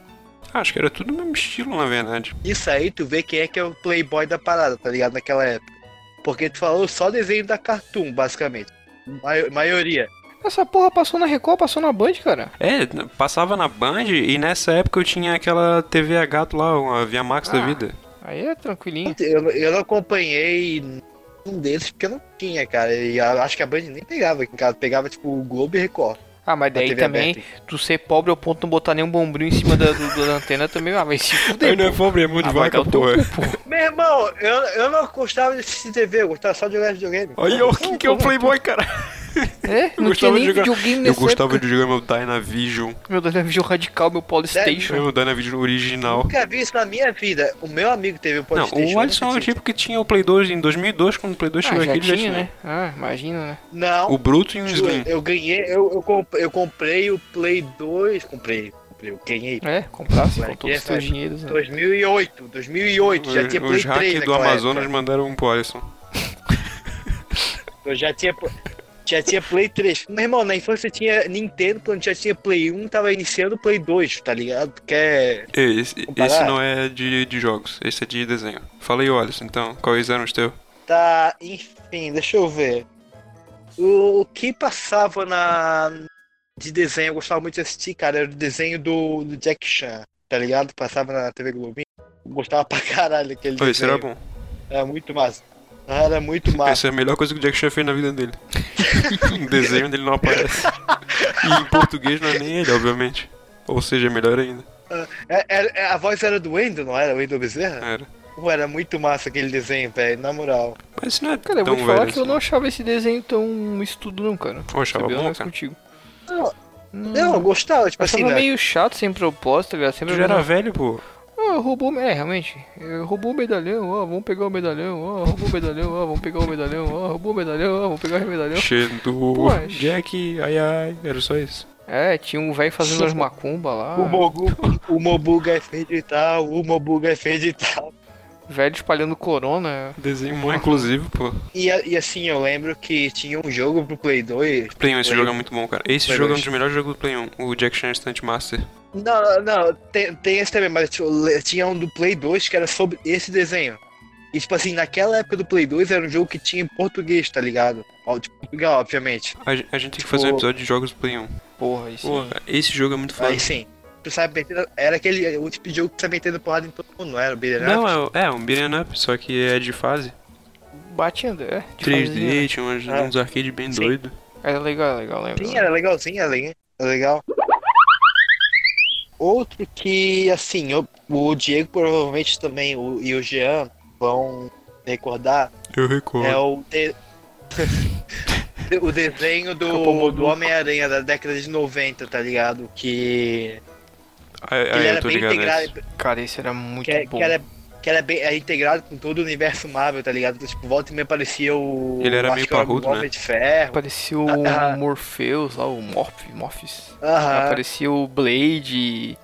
Speaker 2: Ah, Acho que era tudo o mesmo estilo, na verdade.
Speaker 5: Isso aí, tu vê quem é que é o playboy da parada, tá ligado? Naquela época. Porque tu falou só desenho da Cartoon, basicamente. Mai- maioria.
Speaker 3: Essa porra passou na Record, passou na Band, cara.
Speaker 2: É, n- passava na Band e nessa época eu tinha aquela TV a gato lá, uma Via Max da
Speaker 3: Ah.
Speaker 2: vida.
Speaker 3: Aí é tranquilinho.
Speaker 5: Eu, eu não acompanhei um desses porque eu não tinha, cara. E a- acho que a Band nem pegava aqui em casa. Pegava, tipo, o Globo e Record.
Speaker 3: Ah, mas
Speaker 5: na
Speaker 3: daí
Speaker 5: TV
Speaker 3: também,
Speaker 5: aberta.
Speaker 3: tu ser pobre ao ponto de não botar nenhum bombril em cima da, do- da antena também, ah, vai se fuder. pô.
Speaker 2: pobre, é muito
Speaker 3: Ah, vai dar o teu cu, pô.
Speaker 5: Meu irmão, eu, eu não gostava de assistir TV, eu gostava só de jogar videogame.
Speaker 2: Olha o que, que é o Playboy, cara.
Speaker 3: É,
Speaker 2: Eu
Speaker 3: não tinha
Speaker 2: gostava
Speaker 3: nem
Speaker 2: de jogar-
Speaker 3: videogame
Speaker 2: Eu
Speaker 3: nessa
Speaker 2: gostava
Speaker 3: época.
Speaker 2: de jogar meu Dynavision.
Speaker 3: Meu Dynavision radical, meu Polystation.
Speaker 2: Meu Dynavision original.
Speaker 5: Nunca vi isso na minha vida. O meu amigo teve um
Speaker 2: Não,
Speaker 5: PlayStation.
Speaker 2: o Alisson é o tipo que tinha o Play 2 em 2002, quando o Play 2
Speaker 3: Ah,
Speaker 2: chegou
Speaker 3: já
Speaker 2: aqui, ele já
Speaker 3: tinha,
Speaker 2: tinha.
Speaker 3: né? Ah, imagina, né?
Speaker 5: Não,
Speaker 2: O Bruto e o
Speaker 5: Ju,
Speaker 2: Slim.
Speaker 5: Eu ganhei, eu, eu, comp- eu comprei o Play 2, comprei, comprei eu ganhei.
Speaker 3: É, comprasse
Speaker 5: Ué,
Speaker 3: com
Speaker 5: que
Speaker 3: todos os
Speaker 5: é,
Speaker 3: teus
Speaker 5: faz-
Speaker 3: dinheiros. Né?
Speaker 5: 2008, 2008, já tinha Play
Speaker 2: Os
Speaker 5: 3
Speaker 2: hackers do
Speaker 5: naquela
Speaker 2: Amazonas
Speaker 5: época.
Speaker 2: mandaram um pro Alisson.
Speaker 5: Eu já tinha, já tinha Play 3. Meu irmão, na infância tinha Nintendo, quando já tinha Play 1, tava iniciando o Play 2, tá ligado? Porque é...
Speaker 2: Ei, Esse,
Speaker 5: Comparar?
Speaker 2: esse não é de, de jogos, esse é de desenho. Fala aí, Alisson, então, quais eram os teus?
Speaker 5: tá, enfim, deixa eu ver. O, o que passava na de desenho, eu gostava muito de assistir, cara, era o desenho do, do Jack Chan, tá ligado? Passava na TV Globinho. Gostava pra caralho aquele
Speaker 2: Oi,
Speaker 5: desenho.
Speaker 2: esse era bom.
Speaker 5: Era muito massa. Era muito massa.
Speaker 2: Essa é a melhor coisa que o Jack Chan fez na vida dele. um desenho onde ele não aparece. E em português não é nem ele, obviamente. Ou seja, é melhor ainda.
Speaker 5: É- é- é- a voz era do Wendel, não era? O Wendel Bezerra?
Speaker 2: Era.
Speaker 5: Pô, era muito massa aquele desenho, velho, na moral.
Speaker 2: Mas isso não é
Speaker 3: Cara, eu
Speaker 2: tão
Speaker 3: vou te falar
Speaker 2: velho
Speaker 3: que eu
Speaker 2: assim.
Speaker 3: não achava esse desenho tão estudo não, né? cara.
Speaker 2: Eu achava
Speaker 3: Sabia,
Speaker 2: bom,
Speaker 3: honesto
Speaker 2: cara.
Speaker 3: contigo.
Speaker 5: Não,
Speaker 3: Não,
Speaker 5: Não, eu gostava, tipo
Speaker 3: Hum. eu
Speaker 5: assim,
Speaker 3: achava
Speaker 5: né?
Speaker 3: meio chato, sem propósito, tá ligado? Sempre
Speaker 2: Tu já
Speaker 3: era...
Speaker 2: era velho, pô.
Speaker 3: Ah, roubou, o- é, realmente. Eh, Roubou o medalhão, ó, vamos pegar o medalhão, ó, roubou o medalhão, ó, vamos pegar o medalhão, ó, roubou o medalhão, ó, vamos pegar o medalhão.
Speaker 2: Xendu,
Speaker 3: Pô, acho-
Speaker 2: Jack, ai ai, era só isso.
Speaker 3: É, tinha um velho fazendo as macumba lá.
Speaker 5: O, Mogu, o Mobuga é feio de tal, o Mobuga é feio de tal.
Speaker 3: Velho espalhando corona.
Speaker 2: Desenho mó inclusivo, pô.
Speaker 5: E, a- e assim, eu lembro que tinha um jogo pro Play 2.
Speaker 2: Play 1, esse
Speaker 5: Play-
Speaker 2: jogo é muito bom, cara. Esse
Speaker 5: Play
Speaker 2: jogo é um
Speaker 5: dois.
Speaker 2: dos melhores jogos do Play 1, o Jack Chan Stunt Master.
Speaker 5: Não, não, tem, tem esse também, mas tipo, le- tinha um do Play 2 que era sobre esse desenho. E tipo assim, naquela época do Play 2 era um jogo que tinha em português, tá ligado? Ó, De Portugal, obviamente.
Speaker 2: A, gen- a gente tem que fazer um
Speaker 5: Pô.
Speaker 2: episódio de jogos do Play 1.
Speaker 3: Porra, isso.
Speaker 2: Porra, esse jogo é muito foda.
Speaker 5: Aí sim. Tu sabe, meter- era aquele o tipo de jogo que você metendo porrada em todo mundo, não era o Beat'em Up?
Speaker 2: Não, é, o- é um beat'em up, só que é de fase.
Speaker 3: Batendo, é. de
Speaker 2: 3D,
Speaker 3: fazer-
Speaker 2: tinha uns,
Speaker 5: É.
Speaker 2: uns arcades bem
Speaker 5: Sim.
Speaker 2: doido.
Speaker 3: Era legal, legal, legal.
Speaker 5: Sim, era legalzinho, era legal. Era legal. Outro que, assim, eu- o Diego provavelmente também o, e o Jean vão recordar
Speaker 2: Eu recordo.
Speaker 5: é o, de- o desenho do, do Homem-Aranha da década de 90, tá ligado? Que,
Speaker 2: Ah, é-
Speaker 5: que
Speaker 2: ah,
Speaker 5: ele
Speaker 2: eu
Speaker 5: era
Speaker 2: tô
Speaker 5: bem
Speaker 2: ligado nessa.
Speaker 5: integrado,
Speaker 3: Cara, esse era muito
Speaker 5: que, é-
Speaker 3: bom.
Speaker 5: que era, que era bem é integrado com todo o universo Marvel, tá ligado? Então, tipo, volta e me aparecia o
Speaker 2: Ele era meio
Speaker 5: Máscara do
Speaker 2: parrudo, né?
Speaker 5: Homem de Ferro.
Speaker 3: Parecia o
Speaker 5: Ah, ah.
Speaker 3: Morpheus lá, o Morph, Morphis.
Speaker 5: Aham.
Speaker 3: Aparecia o Blade,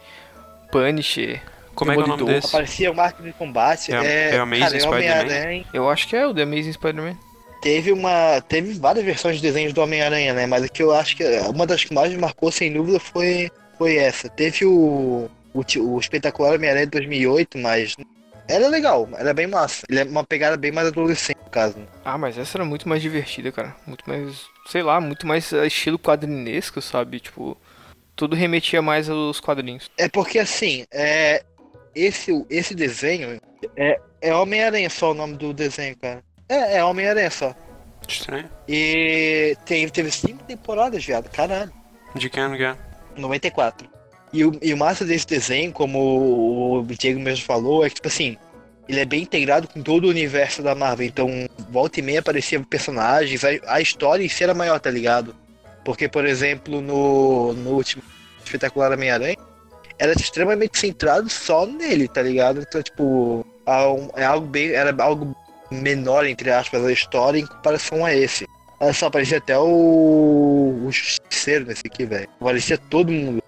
Speaker 3: Punisher.
Speaker 2: Como é que é o nome
Speaker 3: Demolidor.
Speaker 2: desse?
Speaker 5: Aparecia o Marco de Combate.
Speaker 2: É a-
Speaker 5: É,
Speaker 2: é a Amazing
Speaker 5: cara, é o
Speaker 2: Spider-Man?
Speaker 5: Homem-Aranha.
Speaker 3: Eu acho que é o The Amazing Spider-Man.
Speaker 5: Teve uma. Teve várias versões de desenhos do Homem-Aranha, né? Mas o que eu acho que uma das que mais me marcou, sem dúvida, foi, foi essa. Teve o, o, ti- o espetacular Homem-Aranha de 2008, mas. Era legal, era bem massa. Ele é uma pegada bem mais adolescente, no caso. né?
Speaker 3: Ah, mas essa era muito mais divertida, cara. Muito mais, sei lá, muito mais eh, estilo quadrinesco, sabe? Tipo, tudo remetia mais aos quadrinhos.
Speaker 5: É porque assim, é, esse, esse desenho é, é Homem-Aranha só o nome do desenho, cara. É, é Homem-Aranha só.
Speaker 2: Estranho.
Speaker 5: E tem, teve cinco temporadas, viado. Caralho.
Speaker 2: De quem é, não quer?
Speaker 5: 94. E o, e o massa desse desenho, como o Diego mesmo falou, é que, tipo assim, ele é bem integrado com todo o universo da Marvel. Então, volta e meia apareciam personagens, a, a história em si era maior, tá ligado? Porque, por exemplo, no, no último espetacular Homem-Aranha, era extremamente centrado só nele, tá ligado? Então, tipo, há um- é algo bem, era algo menor, entre aspas, a história em comparação a esse. Olha só, parecia até o, o Justiceiro nesse aqui, velho. Parecia todo mundo.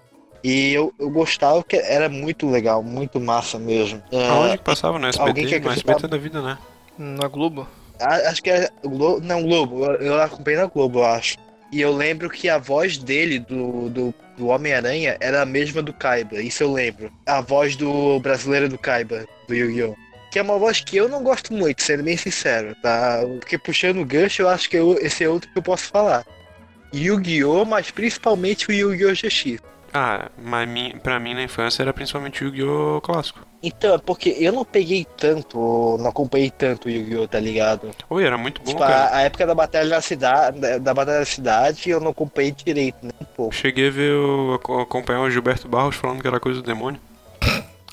Speaker 5: E eu, eu gostava que era muito legal, muito massa mesmo. Ah,
Speaker 2: Aonde que passava? né? No SBT?
Speaker 5: alguém quer
Speaker 2: no
Speaker 5: acrescentar?
Speaker 2: SBT da vida, né?
Speaker 3: Na Globo?
Speaker 5: a- acho que era Globo, não, Globo, eu, eu acompanhei na Globo, eu acho. E eu lembro que a voz dele, do, do, do Homem-Aranha, era a mesma do Kaiba, isso eu lembro. A voz do brasileiro do Kaiba, do Yu-Gi-Oh! Que é uma voz que eu não gosto muito, sendo bem sincero, tá? Porque puxando o gancho, eu acho que eu- esse é outro que eu posso falar. Yu-Gi-Oh! Mas principalmente o Yu-Gi-Oh! GX.
Speaker 2: Ah, mas mi- pra mim na infância era principalmente o Yu-Gi-Oh! clássico.
Speaker 5: Então, é porque eu não peguei tanto, não acompanhei tanto o Yu-Gi-Oh! tá ligado?
Speaker 2: Oi, era muito bom,
Speaker 5: Tipo,
Speaker 2: cara.
Speaker 5: a, a época da batalha da cidade, da, da batalha da cidade, eu não acompanhei direito, né? Um pouco.
Speaker 2: Cheguei a ver o, aco- acompanhar o Gilberto Barros falando que era coisa do demônio.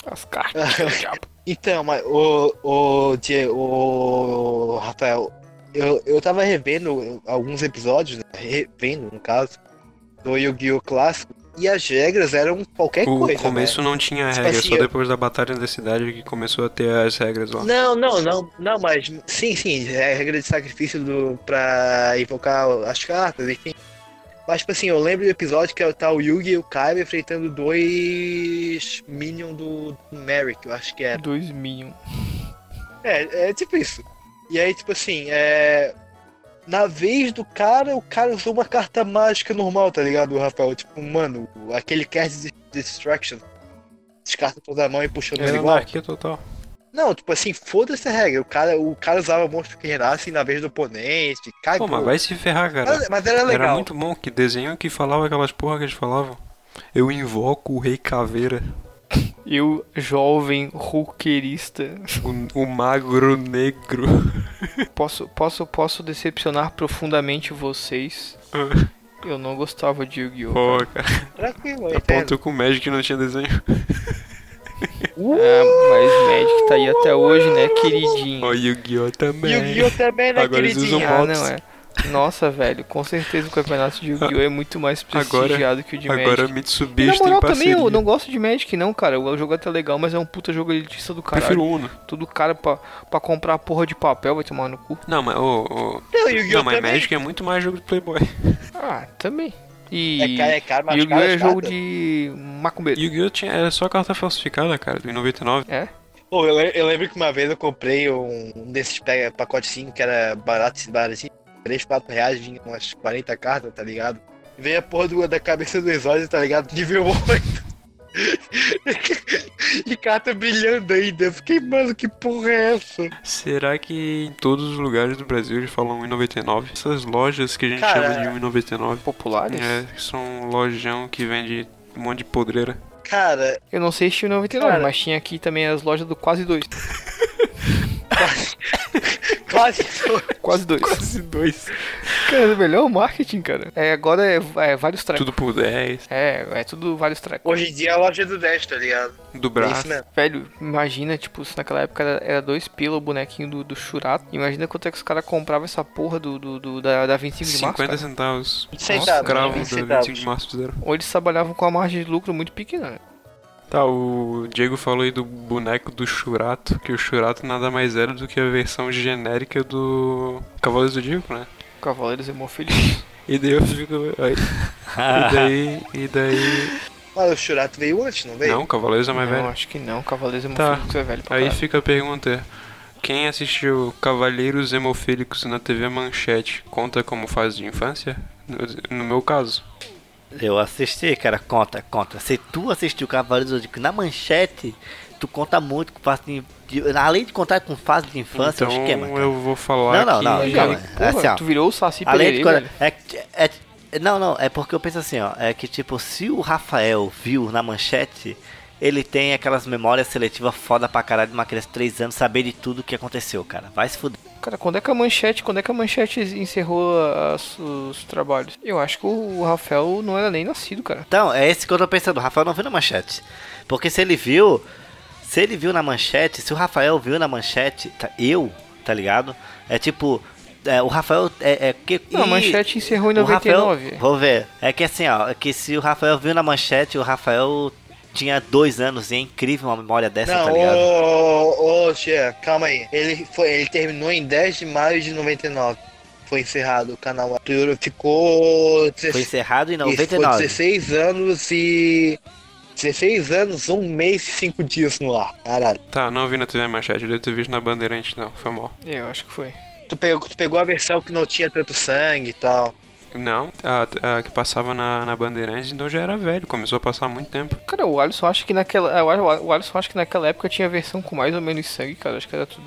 Speaker 3: As cartas do diabo.
Speaker 5: Então, mas o, o, Die- o Rafael, eu, eu tava revendo alguns episódios, né? revendo no caso, do Yu-Gi-Oh! clássico, e as regras eram qualquer
Speaker 2: O
Speaker 5: coisa.
Speaker 2: começo
Speaker 5: né?
Speaker 2: não tinha
Speaker 5: Tipo
Speaker 2: regra,
Speaker 5: assim,
Speaker 2: só
Speaker 5: eu-
Speaker 2: depois da Batalha da Cidade que começou a ter as regras lá.
Speaker 5: Não, não, não, não, mas sim, sim, é a regra de sacrifício do, pra invocar as cartas, enfim. Mas, tipo assim, eu lembro do episódio que tá o Yugi e o Kaiba enfrentando dois Minion do, do Merrick, eu acho que era.
Speaker 3: Dois um. Minion.
Speaker 5: É, é tipo isso. E aí, tipo assim, é. Na vez do cara, o cara usou uma carta mágica normal, tá ligado, Rafael? Tipo, mano, aquele Cast Destruction. Descarta toda a mão e puxando ele
Speaker 2: Era
Speaker 5: igual.
Speaker 2: anarquia total.
Speaker 5: Não, tipo assim, foda-se a regra. O cara, o cara usava monstro que renasce na vez do oponente. Cagou.
Speaker 2: Pô, mas vai se ferrar, cara.
Speaker 5: Mas- mas era legal.
Speaker 2: Era muito bom que desenho que falava aquelas porra que eles falavam. Eu invoco o Rei Caveira,
Speaker 3: Eu, jovem hulkerista,
Speaker 2: o, o Magro Negro.
Speaker 3: posso, posso, posso decepcionar profundamente vocês. Eu não gostava de Yu-Gi-Oh!
Speaker 2: Pô,
Speaker 3: cara.
Speaker 2: cara,
Speaker 5: Tranquilo, eu entendo.
Speaker 2: apontou com o Magic que não tinha desenho.
Speaker 3: Ah, mas Magic tá aí até hoje, né, queridinho?
Speaker 2: Ó, Yu-Gi-Oh! também.
Speaker 5: E o Guio também, né,
Speaker 2: é, Agora eles usam
Speaker 5: queridinho?
Speaker 3: Ah,
Speaker 2: Motos.
Speaker 3: não é. Nossa, velho, com certeza o campeonato de Yu-Gi-Oh! é muito mais prestigiado que o de Magic.
Speaker 2: Agora
Speaker 3: E na
Speaker 2: Mitsubishi tem
Speaker 3: moral também,
Speaker 2: parceria.
Speaker 3: eu não gosto de Magic não, cara. O jogo é até legal, mas é um puta jogo elitista do caralho.
Speaker 2: Prefiro Uno.
Speaker 3: Todo cara pra, pra comprar porra de papel vai tomar no cu.
Speaker 2: Não, mas ô, ô,
Speaker 5: Não, e Então, o Guio
Speaker 2: Não, mas
Speaker 5: também.
Speaker 2: Magic é muito mais jogo de Playboy.
Speaker 3: Ah, também.
Speaker 5: É
Speaker 3: E
Speaker 5: caro, é caro, mas
Speaker 3: Yu-Gi-Oh!
Speaker 5: caro,
Speaker 3: é
Speaker 5: caro.
Speaker 3: jogo de macumbeiro.
Speaker 2: Yu-Gi-Oh! tinha- era só carta falsificada, cara, em 99.
Speaker 3: É?
Speaker 5: Pô, eu, le- eu lembro que uma vez eu comprei um, um desses pega- pacotezinho que era barato, baratinho, 3, 4 reais, vinha umas 40 cartas, tá ligado? Veio a porra do- da cabeça do Exódio, tá ligado? Nível 8. e carta brilhando ainda. Eu fiquei, mano, que porra é essa?
Speaker 2: Será que em todos os lugares do Brasil eles falam 1,99? Essas lojas que a gente
Speaker 5: Cara,
Speaker 2: chama de 1,99
Speaker 3: Populares?
Speaker 2: é, são lojão que vende um monte de podreira.
Speaker 5: Cara,
Speaker 3: Eu não sei se tinha 99,
Speaker 5: Cara.
Speaker 3: mas tinha aqui também as lojas do quase dois.
Speaker 5: quase.
Speaker 3: Quase dois.
Speaker 2: Quase dois.
Speaker 3: cara, é o melhor marketing, cara. É, agora é, é vários trecos.
Speaker 2: Tudo por 10.
Speaker 3: É, é tudo vários trecos.
Speaker 5: Hoje em dia é a loja do 10, tá ligado?
Speaker 2: Do
Speaker 5: É
Speaker 2: braço.
Speaker 5: isso mesmo.
Speaker 3: Velho, imagina, tipo, se naquela época era, era dois pila o bonequinho do, do Churato. Imagina quanto é que os caras compravam essa porra do, do, do- da, da 25 de março.
Speaker 2: 50
Speaker 3: Cara. Ah,
Speaker 2: centavos.
Speaker 5: Centavos,
Speaker 2: Cravo da
Speaker 5: 20
Speaker 2: 25
Speaker 5: centavos.
Speaker 2: de março fizeram.
Speaker 3: Ou eles trabalhavam com a margem de lucro muito pequena. né?
Speaker 2: Tá, o Diego falou aí do boneco do Churato, que o Churato nada mais era do que a versão genérica do Cavaleiros do Diego, né?
Speaker 3: Cavaleiros é Hemofiliados.
Speaker 2: E daí eu fico. Aí, e daí. E daí.
Speaker 5: Mas o Churato veio antes, não veio?
Speaker 2: Não, Cavaleiros é
Speaker 3: não,
Speaker 2: mais velho.
Speaker 3: acho que não. Cavaleiros
Speaker 2: Tá.
Speaker 3: Hemofiliados é velho pra
Speaker 2: Aí
Speaker 3: caralho.
Speaker 2: fica a pergunta: quem assistiu Cavaleiros Hemofílicos na TV Manchete conta como fase de infância? No, no meu caso.
Speaker 1: Eu assisti, cara, conta, conta. Se tu assistiu Cavaleiros do Zodíaco na manchete, tu conta muito com fase de, de- Além de contar com fase de infância, é
Speaker 2: então
Speaker 1: um esquema. cara.
Speaker 2: eu vou falar
Speaker 1: Não, não, não,
Speaker 2: que.
Speaker 1: calma.
Speaker 3: Porra,
Speaker 1: assim, ó.
Speaker 3: tu virou o Saci
Speaker 1: Além de
Speaker 3: Pererê,
Speaker 1: quando,
Speaker 3: velho.
Speaker 1: é, que- é- é- Não, não, é porque eu penso assim, ó. É que tipo, se o Rafael viu na manchete, ele tem aquelas memórias seletivas foda pra caralho de uma criança de 3 anos saber de tudo o que aconteceu, cara. Vai se fuder.
Speaker 3: Cara, quando é que a manchete, quando é que a manchete encerrou as- os trabalhos? Eu acho que o Rafael não era nem nascido, cara.
Speaker 1: Então, é esse que eu tô pensando. O Rafael não viu na manchete. Porque se ele viu. Se ele viu na manchete, se o Rafael viu na manchete, tá- eu, tá ligado? É tipo. é, o Rafael é. é que,
Speaker 3: Não, a
Speaker 1: Ih,
Speaker 3: manchete encerrou em
Speaker 1: o Rafael-
Speaker 3: 99.
Speaker 1: vou ver. É que assim, ó. É que se o Rafael viu na manchete, o Rafael tinha dois anos e é incrível uma memória dessa, tá
Speaker 5: Não,
Speaker 1: ligado?
Speaker 5: ô, ô, ô, Xê, calma aí. Ele, foi, ele terminou em 10 de maio de 99. Foi encerrado o canal. Arturo Ficou.
Speaker 1: Foi
Speaker 5: 16,
Speaker 1: encerrado em
Speaker 5: ficou
Speaker 1: 99.
Speaker 5: 16 anos e. 16 anos, um mês e 5 dias no ar. Caralho.
Speaker 2: Tá, não vi na TV Manchete, eu devo ter visto na Bandeirante, não, foi mal.
Speaker 3: Eu acho que foi.
Speaker 5: Tu pegou, tu pegou a versão que não tinha tanto sangue e tal.
Speaker 2: Não, a, a que passava na, na Bandeirantes, então já era velho, começou a passar há muito tempo.
Speaker 3: Cara, o Alisson acha que naquela. ah, O Al- o Alisson acha que naquela época tinha versão com mais ou menos sangue, cara. Acho que era tudo.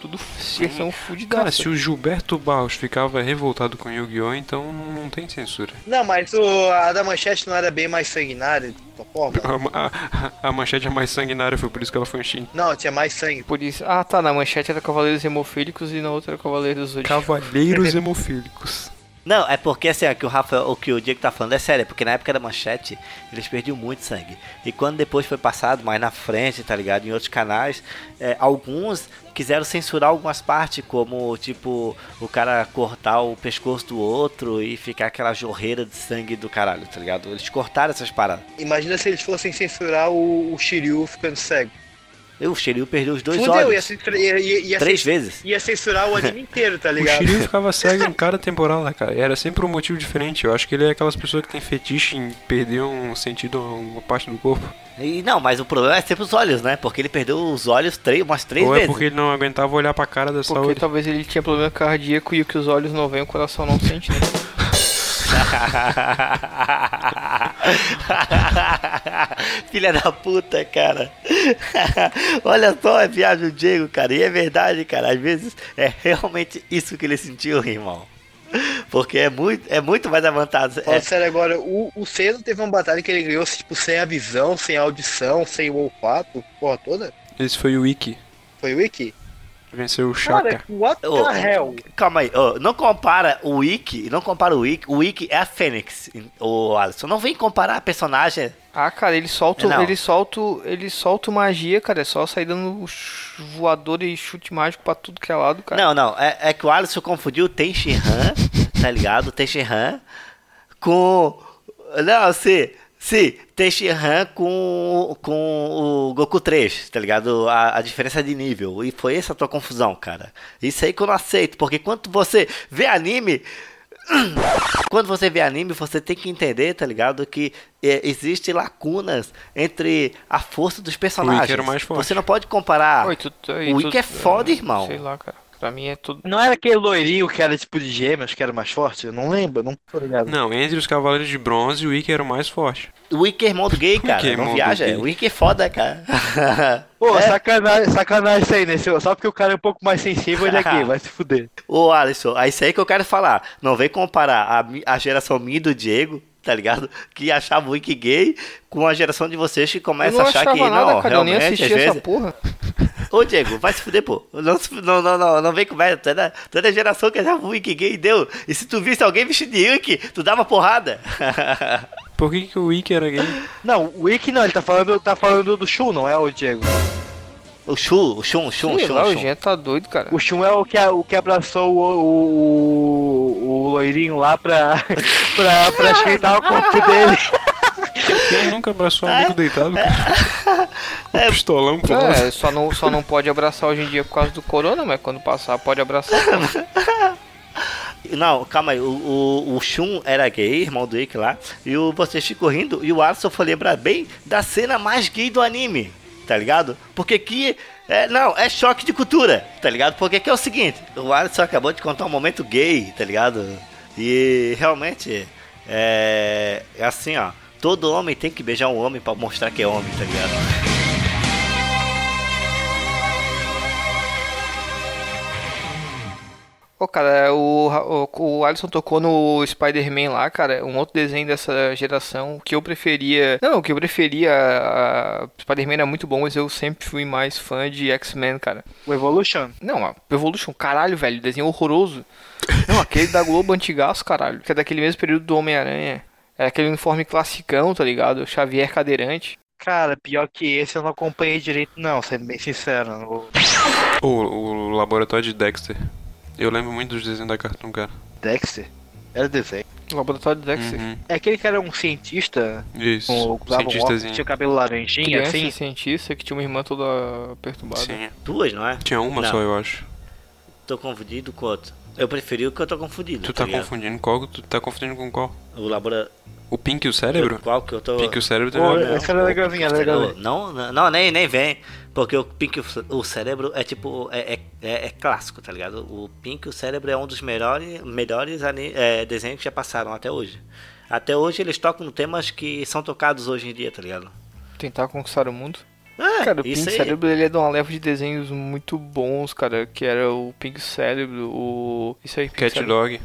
Speaker 3: Tudo versão fudida.
Speaker 2: Cara, se o Gilberto Barros ficava revoltado com Yu-Gi-Oh!, então não tem censura.
Speaker 5: Não, mas o, a da manchete não era bem mais sanguinária, de tua forma.
Speaker 2: A, ma- a- a manchete é mais sanguinária, foi por isso que ela foi extinta.
Speaker 5: Não, tinha mais sangue.
Speaker 3: Por isso. Ah, tá. Na manchete era Cavaleiros Hemofílicos e na outra era Cavaleiros do Zodíaco.
Speaker 2: Cavaleiros hemofílicos.
Speaker 1: Não, é porque assim, é que o Rafa, o que o Diego tá falando é sério, é porque na época da manchete eles perdiam muito sangue. E quando depois foi passado, mais na frente, tá ligado? Em outros canais, é, alguns quiseram censurar algumas partes, como tipo o cara cortar o pescoço do outro e ficar aquela jorreira de sangue do caralho, tá ligado? Eles cortaram essas paradas.
Speaker 5: Imagina se eles fossem censurar o, o Shiryu ficando cego.
Speaker 1: E O Shiryu perdeu os dois
Speaker 5: Fudeu, ia, assim.
Speaker 1: olhos.
Speaker 5: censura- ia, ia, ia,
Speaker 1: Três
Speaker 5: cens-
Speaker 1: vezes.
Speaker 5: ia censurar o anime inteiro, tá
Speaker 2: O
Speaker 5: ligado?
Speaker 2: Shiryu ficava cego em cada temporada, cara. Era sempre um motivo diferente. Eu acho que ele é aquelas pessoas que tem fetiche em perder um sentido, uma parte do corpo.
Speaker 1: E não, mas o problema é sempre os olhos, né? Porque ele perdeu os olhos três, umas três
Speaker 2: Ou é
Speaker 1: vezes.
Speaker 2: porque ele não aguentava olhar pra cara da
Speaker 3: Porque tá-
Speaker 2: saúde.
Speaker 3: talvez ele tinha problema cardíaco e o que os olhos não veem, o coração não sente, né?
Speaker 1: Filha da puta, cara. Olha só a viagem do Diego, cara. E é verdade, cara. Às vezes é realmente isso que ele sentiu, irmão. Porque é muito, é muito mais avançado.
Speaker 5: Fala
Speaker 1: É,
Speaker 5: sério agora, o, o Senna teve uma batalha que ele ganhou tipo, sem a visão, sem a audição, sem o olfato, porra toda.
Speaker 2: Esse foi o Ikki.
Speaker 5: Foi o Ikki.
Speaker 2: Venceu o
Speaker 6: É.
Speaker 2: Shaka.
Speaker 5: Cara, what the
Speaker 1: Ô,
Speaker 5: hell?
Speaker 1: Calma aí, ô, não compara o Wiki, não compara o Wiki, o Wiki é a Fênix, o Alisson. Não vem comparar a personagem.
Speaker 3: Ah, cara, ele solta,
Speaker 1: Não.
Speaker 3: ele solta, ele solta magia, cara. É só sair dando ch- voador e chute mágico pra tudo que é lado, cara.
Speaker 1: Não, não, é, é que o Alisson confundiu o Tenshin Han, tá ligado? O Tenshin Han com. Não, se. Se, Tenshin Han com, com o Goku 3, tá ligado? A, a diferença de nível. E foi essa a tua confusão, cara. Isso aí que eu não aceito, porque quando você vê anime, quando você vê anime, você tem que entender, tá ligado? Que é, existe lacunas entre a força dos personagens.
Speaker 2: era o é mais forte.
Speaker 1: Você não pode comparar.
Speaker 3: Oi, tu- tu-
Speaker 1: o Wiki
Speaker 3: tu-
Speaker 1: é foda,
Speaker 3: ah,
Speaker 1: irmão.
Speaker 3: Sei lá, cara. Pra mim é tudo.
Speaker 5: Não era aquele loirinho que era tipo de gêmeos, que era mais forte? Eu não lembro, não tô ligado.
Speaker 2: Não, entre os Cavaleiros de Bronze, o Ikki era o mais forte.
Speaker 1: O Wiki é irmão do gay, cara.
Speaker 2: Wiki é irmão
Speaker 1: não
Speaker 2: do
Speaker 1: viaja.
Speaker 2: gay.
Speaker 1: O Wiki é foda, cara.
Speaker 6: Pô,
Speaker 1: É.
Speaker 6: sacanagem, sacanagem isso aí, né? seu? Só porque o cara é um pouco mais sensível, ele é gay, vai se fuder.
Speaker 1: Ô, Alisson, é isso aí que eu quero falar. Não vem comparar a, mi- a geração minha e do Diego, tá ligado? Que achava o Wiki gay com a geração de vocês que
Speaker 3: Eu
Speaker 1: começa
Speaker 3: não
Speaker 1: a achar
Speaker 3: achava
Speaker 1: que
Speaker 3: nada,
Speaker 1: não,
Speaker 3: cara. Eu nem
Speaker 1: realmente, às
Speaker 3: assistia
Speaker 1: vezes...
Speaker 3: essa porra.
Speaker 1: Ô, Diego, vai se fuder, pô. Não, se- não, não, não, não vem com merda. Toda, toda geração que achava o Wiki gay deu. E se tu visse alguém vestido de Wiki, tu dava porrada.
Speaker 2: Por que, que o Ikki era gay?
Speaker 6: Não, o Ikki não, ele tá falando, tá falando do Shun, não é o Diego.
Speaker 1: o Chu, o Chum, Chum,
Speaker 3: Sei lá, o
Speaker 1: Chum, Chum.
Speaker 3: Jean tá doido, cara.
Speaker 6: O Shun é o que, o que abraçou o, o, o, o loirinho lá pra, pra, pra esquentar o corpo dele.
Speaker 2: Quem nunca abraçou um amigo deitado? O pistolão, pô.
Speaker 3: É, só não, só não pode abraçar hoje em dia por causa do corona, mas quando passar pode abraçar.
Speaker 1: Não, calma aí. O, o, o Shun era gay, irmão do Ikki lá. E o, vocês ficam rindo. E o Alisson foi lembrar bem da cena mais gay do anime. Tá ligado? Porque aqui. É, não, é choque de cultura. Tá ligado? Porque aqui é o seguinte: o Alisson acabou de contar um momento gay. Tá ligado? E realmente. É. É assim, ó. Todo homem tem que beijar um homem pra mostrar que é homem, tá ligado?
Speaker 3: Ô, cara, é, o, Ra- o, o Alisson tocou no Spider-Man lá, cara, um outro desenho dessa geração que eu preferia. Não, o que eu preferia. a- Spider-Man era muito bom, mas eu sempre fui mais fã de X-Men, cara.
Speaker 6: O Evolution.
Speaker 3: Não, a Evolution, caralho, velho, desenho horroroso. Não, aquele da Globo antigaço, caralho, que é daquele mesmo período do Homem-Aranha. Era aquele uniforme classicão, tá ligado? Xavier cadeirante.
Speaker 6: Cara, pior que esse eu não acompanhei direito, não, sendo bem sincero. O
Speaker 2: O, o laboratório de Dexter. Eu lembro muito dos desenhos da Cartoon, cara.
Speaker 6: Dexter? Era desenho.
Speaker 3: Laboratório do Dexter.
Speaker 2: Uhum.
Speaker 6: É aquele que era um cientista,
Speaker 2: Isso.
Speaker 6: com o
Speaker 2: Cientistazinho.
Speaker 6: tinha o cabelo laranjinha,
Speaker 3: Criança
Speaker 6: assim.
Speaker 3: cientista que tinha uma irmã toda perturbada.
Speaker 2: Sim.
Speaker 1: Duas, não é?
Speaker 2: Tinha uma
Speaker 1: Não.
Speaker 2: só, eu acho.
Speaker 1: Tô confundido com outro. Eu preferi o que eu tô confundido.
Speaker 2: Tu tá
Speaker 1: ligado?
Speaker 2: confundindo qual? Tu tá confundindo com qual?
Speaker 1: O labora...
Speaker 2: O Pink e o Cérebro?
Speaker 1: Qual que eu tô.
Speaker 2: Pink e o Cérebro
Speaker 3: é
Speaker 6: Pô,
Speaker 2: também.
Speaker 6: essa era legalzinha, era legalzinha.
Speaker 1: Não, não, não, nem, nem vem. Porque o Pink, e o- o cérebro é tipo. É, é, é- é clássico, tá ligado? O Pink, e o cérebro é um dos melhores, melhores ani- é, desenhos que já passaram até hoje. Até hoje eles tocam temas que são tocados hoje em dia, tá ligado?
Speaker 3: Tentar conquistar o mundo.
Speaker 1: Ah,
Speaker 3: Cara, o Pink
Speaker 1: isso aí.
Speaker 3: Cérebro ele é de uma leva de desenhos muito bons, cara. Que era o Pink Cérebro, o. Isso aí, Pink
Speaker 2: Cat
Speaker 3: é Cérebro.
Speaker 2: Dog.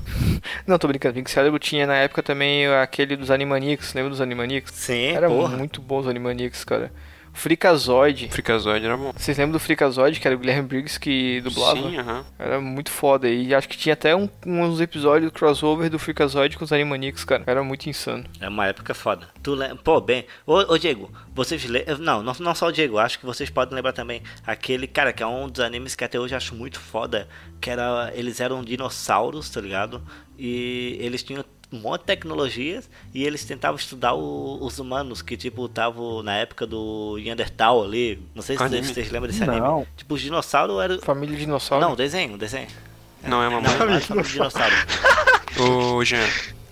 Speaker 3: Não, tô brincando. Pink Cérebro tinha na época também aquele dos Animaniacs. Lembra dos Animaniacs?
Speaker 1: Sim,
Speaker 3: era
Speaker 1: porra.
Speaker 3: muito bom os Animaniacs, cara. Fricazoid.
Speaker 2: Freakazoid era bom.
Speaker 3: Vocês lembram do Fricazoid, que era o Guilherme Briggs que dublava?
Speaker 2: Sim, aham.
Speaker 3: Era muito foda. E acho que tinha até um, uns episódios crossover do Freakazoid com os Animaniacs, cara. Era muito insano.
Speaker 1: É uma época foda. Tu lembra? Pô, bem. Ô, ô, Diego, vocês le... não, não, não só o Diego, acho que vocês podem lembrar também aquele, cara, que é um dos animes que até hoje eu acho muito foda. Que era. Eles eram dinossauros, tá ligado? E eles tinham um monte de tecnologias e eles tentavam estudar o- os humanos que tipo estavam na época do Neandertal ali. Não sei se
Speaker 2: Anime.
Speaker 1: vocês, vocês lembram desse
Speaker 6: Não.
Speaker 1: anime. Tipo, os dinossauros eram.
Speaker 3: Família de dinossauro.
Speaker 1: Não, desenho, desenho.
Speaker 2: Não é mamãe.
Speaker 1: Não, era sobre dinossauro.
Speaker 2: Ô, Jean,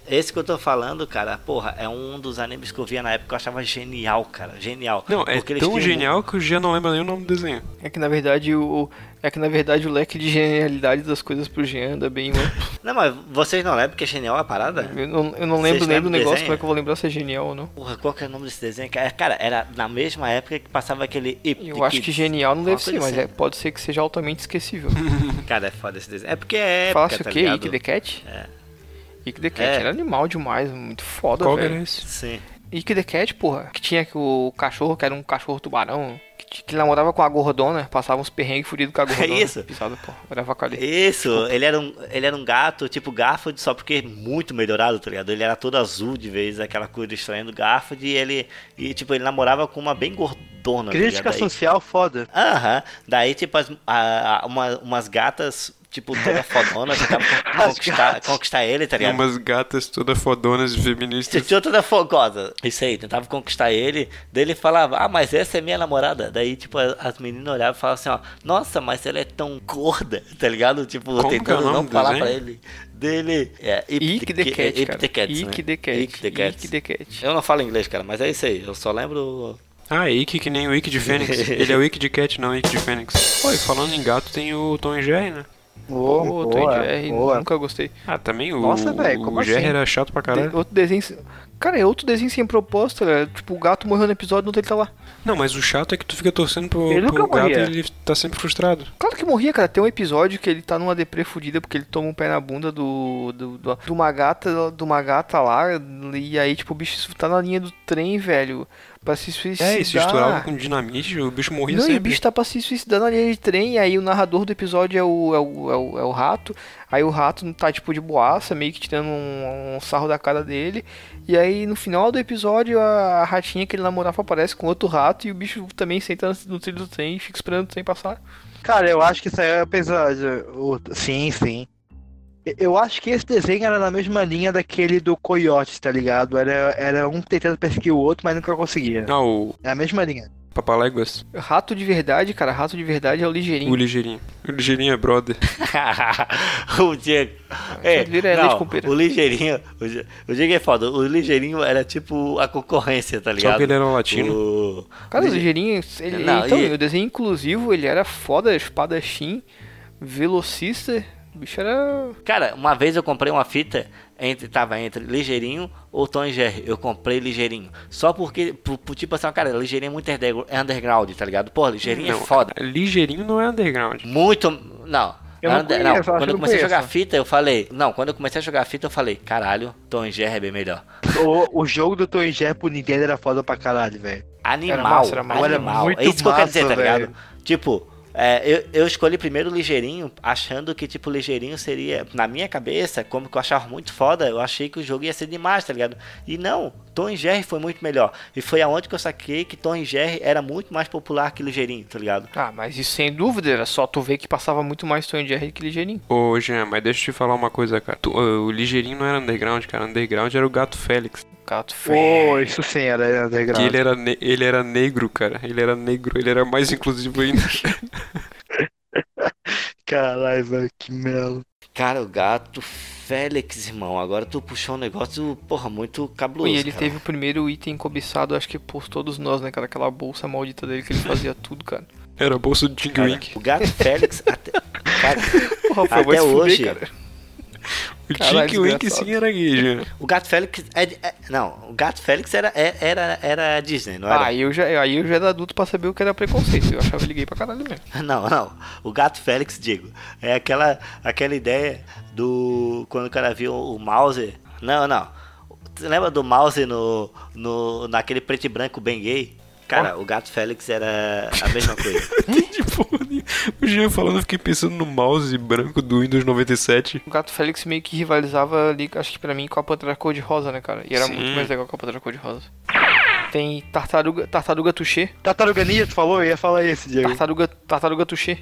Speaker 1: Esse que eu tô falando, cara, porra, é um dos animes que eu via na época que eu achava genial, cara. Genial.
Speaker 2: não, é
Speaker 1: Porque eles
Speaker 2: tão
Speaker 1: tinham-
Speaker 2: genial que o Jean não lembra nem o nome do desenho.
Speaker 3: É que na verdade o. É que na verdade o leque de genialidade das coisas pro Jean anda bem. amplo.
Speaker 1: Não, mas vocês não lembram que é genial a parada?
Speaker 3: Eu não, eu não
Speaker 1: Vocês
Speaker 3: lembro nem do
Speaker 1: lembram do
Speaker 3: negócio,
Speaker 1: desenho?
Speaker 3: como é que eu vou lembrar se é genial ou não?
Speaker 1: Porra, qual que é o nome desse desenho? Cara, Cara, era na mesma época que passava aquele Ip
Speaker 3: Eu
Speaker 1: de
Speaker 3: acho
Speaker 1: Kids.
Speaker 3: que genial não deve
Speaker 1: Uma
Speaker 3: ser,
Speaker 1: coisa
Speaker 3: mas
Speaker 1: assim.
Speaker 3: é- pode ser que seja altamente esquecível.
Speaker 1: Cara, é foda esse desenho. É porque é época,
Speaker 3: Falasse
Speaker 1: tá
Speaker 3: o quê?
Speaker 1: ligado?
Speaker 3: Ike the Cat?
Speaker 1: É.
Speaker 3: Ike the Cat
Speaker 1: É.
Speaker 3: era animal demais, muito foda,
Speaker 2: Qual que
Speaker 3: velho.
Speaker 2: era esse?
Speaker 1: Sim.
Speaker 3: Ike the Cat, porra, que tinha que o cachorro, que era um cachorro tubarão, que, t- que namorava com a gordona, passava uns perrengues furidos com a gordona.
Speaker 1: É isso?
Speaker 3: Pisada, porra, era avacalhado.
Speaker 1: Isso, ele era, um, ele era um gato, tipo Garfield, só porque muito melhorado, tá ligado? Ele era todo azul de vez, aquela cor estranha do Garfield, e ele, e, tipo, ele namorava com uma bem gordona, tá
Speaker 6: Crítica
Speaker 1: ligado? Aí-
Speaker 6: social foda.
Speaker 1: Aham. Daí, tipo, as, a- a- uma- umas gatas, tipo, toda fodona, tentavam con- conquistar, conquistar ele, tá ligado?
Speaker 2: Umas gatas todas fodonas e feministas.
Speaker 1: Tinha toda fogosa. Isso aí, tentava conquistar ele. Daí ele falava, ah, mas essa é minha namorada. Daí, tipo, a- as meninas olhavam e falavam assim, ó, nossa, mas ela é tão gorda, tá ligado? Tipo,
Speaker 2: Como que é o
Speaker 1: tentando
Speaker 2: nome
Speaker 1: não
Speaker 2: do
Speaker 1: falar
Speaker 2: desenho?
Speaker 1: pra ele. Dele. É,
Speaker 3: Ike the Cat,
Speaker 1: Ip
Speaker 3: cara.
Speaker 1: the Cat.
Speaker 3: Ike
Speaker 1: né?
Speaker 3: the Cat.
Speaker 1: Ip the Cat.
Speaker 3: Ike the Cat.
Speaker 1: Eu não falo inglês, cara, mas é isso aí. Eu só lembro.
Speaker 2: Ah, Ike que nem o Ike de Fênix. Ele é o Ike de Cat, não o Ike de Fênix. Pô, e falando em gato, tem o Tom e Jerry, né?
Speaker 6: Boa,
Speaker 3: Ô, Tom e Jerry, nunca gostei.
Speaker 2: Ah, também o,
Speaker 6: Nossa, velho, como
Speaker 2: o Jerry
Speaker 6: assim?
Speaker 2: era chato pra caralho.
Speaker 3: De- outro desenho. sem- Cara, é outro desenho sem proposta, cara. Tipo, o gato morreu no episódio, não ele tá lá.
Speaker 2: Não, mas o chato é que tu fica torcendo pro,
Speaker 6: Ele nunca
Speaker 2: pro gato
Speaker 6: morria.
Speaker 2: e ele tá sempre frustrado.
Speaker 3: Claro que morria, cara. Tem um episódio que ele tá numa deprê fudida porque ele toma um pé na bunda do. do, do de uma gata, de uma gata lá. E aí, tipo, o bicho tá na linha do trem, velho. Pra se suicidar.
Speaker 2: É, e se estourava com dinamite, o bicho morria
Speaker 3: Não,
Speaker 2: sempre.
Speaker 3: e o bicho tá pra se suicidar na linha de trem, e aí o narrador do episódio é o, é o, é o, é o rato, aí o rato tá tipo de boaça, meio que tirando um, um sarro da cara dele, e aí no final do episódio a ratinha que ele namorava aparece com outro rato, e o bicho também senta no trilho do trem e fica esperando o trem passar.
Speaker 6: Cara, eu acho que isso aí é pesado. O- Sim, sim. E- Eu acho que esse desenho era na mesma linha daquele do Coyote, tá ligado? Era, era um tentando perseguir o outro, mas nunca conseguia.
Speaker 2: Ah, o
Speaker 6: É a mesma linha.
Speaker 2: Papaléguas.
Speaker 3: Rato de verdade, cara, rato de verdade é o ligeirinho.
Speaker 2: O ligeirinho. O ligeirinho é brother.
Speaker 1: Tá o Diego. É,
Speaker 3: Diego era
Speaker 1: não,
Speaker 3: leite com pera.
Speaker 1: o ligeirinho. O Di- o Diego é foda. O ligeirinho era tipo a concorrência, tá ligado?
Speaker 2: Só que ele era latino.
Speaker 1: O-
Speaker 3: Cara, o
Speaker 1: Lige-
Speaker 3: ligeirinho, ele,
Speaker 1: Não,
Speaker 3: então,
Speaker 1: e-
Speaker 3: o desenho inclusivo, ele era foda, espadachim, velocista, o bicho era...
Speaker 1: Cara, uma vez eu comprei uma fita entre tava entre Ligeirinho ou Tom e Jerry. Eu comprei Ligeirinho. Só porque, pro- pro- tipo assim, ó, cara, Ligeirinho é muito undergr- é underground, tá ligado? Pô, Ligeirinho é
Speaker 2: Não,
Speaker 1: foda.
Speaker 2: Ligeirinho não é underground.
Speaker 1: Muito. Não.
Speaker 6: Eu não conheço, eu acho
Speaker 1: quando
Speaker 6: que não
Speaker 1: eu comecei a
Speaker 6: conheço.
Speaker 1: jogar fita, eu falei. Não, quando eu comecei a jogar fita, eu falei, caralho, Tom e Jerry é bem melhor.
Speaker 6: O, o jogo do Tom e Jerry pro Nintendo era foda pra caralho, velho.
Speaker 1: Animal,
Speaker 3: Era massa, era massa.
Speaker 6: Era
Speaker 1: animal.
Speaker 6: muito
Speaker 1: É isso que eu quero dizer,
Speaker 6: massa,
Speaker 1: tá ligado?
Speaker 6: velho.
Speaker 1: Tipo, é, eu, eu escolhi primeiro o ligeirinho, achando que, tipo, o ligeirinho seria, na minha cabeça, como que eu achava muito foda, eu achei que o jogo ia ser demais, tá ligado? E não, Tom e Jerry foi muito melhor. E foi aonde que eu saquei que Tom e Jerry era muito mais popular que ligeirinho, tá ligado?
Speaker 3: Ah, mas isso sem dúvida, era só tu ver que passava muito mais Tom e Jerry que ligeirinho.
Speaker 2: Ô, Jean, mas deixa eu te falar uma coisa, cara. Tu- ô, o ligeirinho não era underground, cara. Underground era o gato Félix.
Speaker 3: Gato feio.
Speaker 6: Pô, isso sim, era
Speaker 2: Que
Speaker 6: underground.
Speaker 2: ele era, ne- ele era negro, cara. Ele era negro, ele era mais inclusivo ainda.
Speaker 6: Caralho, velho, que melo.
Speaker 1: Cara, o gato Félix, irmão, agora tu puxou um negócio, porra, muito cabuloso,
Speaker 3: E ele
Speaker 1: cara.
Speaker 3: teve o primeiro item cobiçado, acho que por todos nós, né, cara? Aquela bolsa maldita dele que ele fazia tudo, cara.
Speaker 2: Era bolso de Ting
Speaker 1: Cara,
Speaker 2: Wink.
Speaker 1: o gato Félix, até, cara,
Speaker 3: Porra,
Speaker 1: Até
Speaker 3: vai se fuder,
Speaker 1: hoje,
Speaker 3: cara.
Speaker 2: O
Speaker 3: Caralho,
Speaker 2: Tink Wink
Speaker 3: desgraçado. Hum?
Speaker 2: sim era gay, Jean.
Speaker 1: O Gato Félix é, de- é- não, o Gato Félix era é- era era Disney, não
Speaker 3: Ah,
Speaker 1: era?
Speaker 3: aí eu, já, aí eu já era adulto pra saber o que era preconceito. Eu achava ele gay pra caralho mesmo.
Speaker 1: Não, não. O Gato Félix, digo, é aquela aquela ideia do quando o cara viu o Mouse. Não, não. Você lembra do Mouse no, no naquele preto e branco bem gay? Cara, o gato Félix era a mesma coisa.
Speaker 2: tipo, o Jean falando, eu fiquei pensando no mouse branco do Windows 97.
Speaker 3: O Gato Félix meio que rivalizava ali, acho que pra mim, com a Pantera Cor-de-Rosa, né, cara? E era
Speaker 2: Sim.
Speaker 3: muito mais legal que a Pantera Cor-de-Rosa. Tem Tartaruga, tartaruga Touché.
Speaker 6: Tartaruga Ninja, tu falou? Eu ia falar isso, Diego.
Speaker 3: Tartaruga, tartaruga Touché.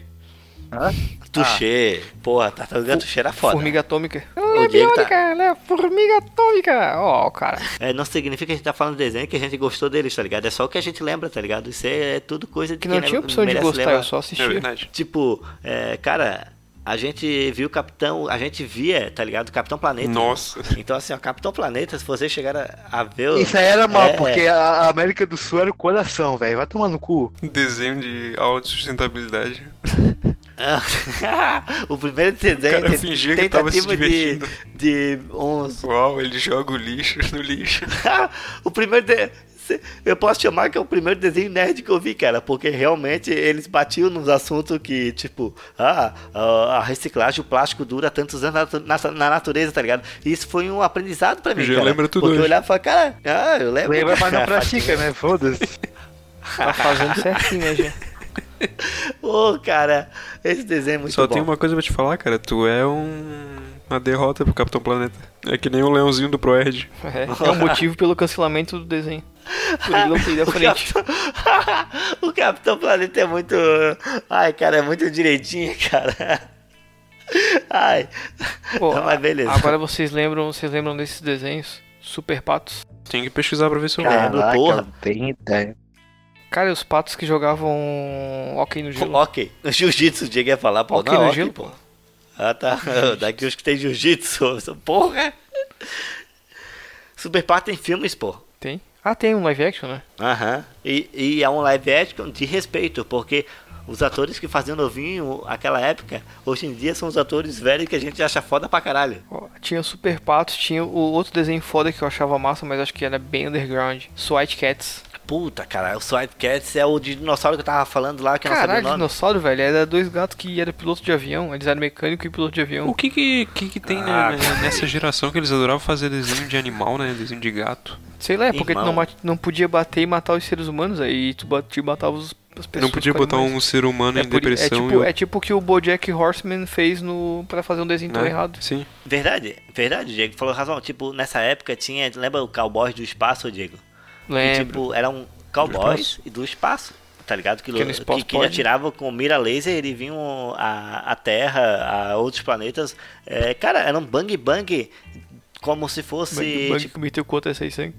Speaker 1: Ah, Tuxê. Porra, tá, tartaruga Tuxê era foda.
Speaker 3: Ah. Formiga Atômica. Ela é
Speaker 1: O Diego tá-
Speaker 3: biônica, ela é formiga atômica. Ó, o cara.
Speaker 1: É, não significa que a gente tá falando de desenho que a gente gostou deles, tá ligado? É só o que a gente lembra, tá ligado? Isso é, é tudo coisa de
Speaker 3: Que não
Speaker 1: quem
Speaker 3: tinha
Speaker 1: lembra-
Speaker 3: opção de
Speaker 1: merece
Speaker 3: gostar,
Speaker 1: lembrar.
Speaker 3: eu só
Speaker 2: É
Speaker 3: assistia.
Speaker 2: verdade.
Speaker 1: Tipo, é, cara, a gente viu o Capitão, a gente via, tá ligado? Capitão Planeta.
Speaker 2: Nossa.
Speaker 1: Então, assim, ó, Capitão Planeta, se vocês chegaram a, a ver. o-
Speaker 6: Isso aí era mal,
Speaker 1: É,
Speaker 6: porque
Speaker 1: é.
Speaker 6: a América do Sul era o coração, velho. Vai tomar no cu.
Speaker 2: Desenho de autossustentabilidade.
Speaker 1: o primeiro desenho.
Speaker 2: O cara fingia que tava se
Speaker 1: de, de uns
Speaker 2: Uau, ele joga o lixo no lixo.
Speaker 1: o primeiro de... se- Eu posso chamar que é o primeiro desenho nerd que eu vi, cara, porque realmente eles batiam nos assuntos que, tipo, ah, a- a reciclagem, o plástico dura tantos anos na, natu- na- na natureza, tá ligado? E isso foi um aprendizado pra mim,
Speaker 2: Já
Speaker 1: cara.
Speaker 2: lembra tudo
Speaker 1: Porque eu
Speaker 2: hoje.
Speaker 1: olhava e falava, cara, ah, eu lembro.
Speaker 6: Lembra, mas não
Speaker 1: cara."
Speaker 6: pratica, né? Foda-se.
Speaker 3: Tá fazendo certinho, né, gente?
Speaker 1: Ô, cara, esse desenho é muito
Speaker 2: Só
Speaker 1: bom.
Speaker 2: tem uma coisa pra te falar, cara. Tu é um... uma derrota pro Capitão Planeta. É que nem o leãozinho do Proerd.
Speaker 3: É, é o motivo pelo cancelamento do desenho. Por ele não ter ido à
Speaker 1: O
Speaker 3: frente.
Speaker 1: Capitão- o Capitão Planeta é muito. Ai, cara, é muito direitinho, cara. Ai.
Speaker 3: Pô,
Speaker 1: Não, mas é beleza.
Speaker 3: Agora vocês lembram, vocês lembram desses desenhos? Super patos.
Speaker 2: Tem que pesquisar pra ver se eu
Speaker 1: Cara,
Speaker 2: lembro.
Speaker 1: Lembro, É, porra.
Speaker 6: não tenho ideia.
Speaker 3: Cara, os patos que jogavam hockey no gelo.
Speaker 1: Ok. No jiu-jitsu, o Diego ia falar, pô,
Speaker 3: Ok,
Speaker 1: não,
Speaker 3: no
Speaker 1: ok,
Speaker 3: gelo,
Speaker 1: pô. Ah, tá. Daqui os que tem jiu-jitsu. eu sou- Porra! Super Pato tem filmes, pô.
Speaker 3: Tem? Ah, tem um live action, né?
Speaker 1: Aham. E, e é um live action de respeito, porque os atores que faziam novinho aquela época, hoje em dia são os atores velhos que a gente acha foda pra caralho.
Speaker 3: Ó, Tinha o Super Patos, tinha o outro desenho foda que eu achava massa, mas acho que era bem underground. Swat Cats.
Speaker 1: Puta, cara, o Sword Cats é o de dinossauro que eu tava falando lá, que eu não sabia o
Speaker 3: Caralho,
Speaker 1: nome.
Speaker 3: dinossauro, velho. Era dois gatos que era piloto de avião. Eles eram mecânico e piloto de avião.
Speaker 2: O que que, que, que tem né,
Speaker 1: Ah,
Speaker 2: né,
Speaker 1: cara.
Speaker 2: nessa geração que eles adoravam fazer desenho de animal, né? Desenho de gato.
Speaker 3: Sei lá, é porque tu não,
Speaker 1: Irmão.
Speaker 3: mate- não podia bater e matar os seres humanos, aí tu bat- te matava os, as pessoas.
Speaker 2: não podia
Speaker 3: com
Speaker 2: botar
Speaker 3: animais.
Speaker 2: um ser humano
Speaker 3: é,
Speaker 2: em
Speaker 3: por- é
Speaker 2: depressão
Speaker 3: tipo,
Speaker 2: e...
Speaker 3: é tipo o que o Bojack Horseman fez no para fazer um desenho tão
Speaker 2: né?
Speaker 3: errado.
Speaker 2: Sim.
Speaker 1: Verdade, verdade, Diego falou razão. Tipo, nessa época tinha, lembra o Cowboy do Espaço, Diego? E,
Speaker 3: Lembro.
Speaker 1: tipo, eram cowboys e do espaço, tá ligado? Que,
Speaker 3: Que no
Speaker 1: que,
Speaker 3: espaço
Speaker 1: que
Speaker 3: pode. né?
Speaker 1: atiravam com mira laser e vinham a, a Terra, a outros planetas. É, cara, era um bang bang como se fosse.
Speaker 3: Bang, bang,
Speaker 1: tipo,
Speaker 3: que meteu conta é sem sangue.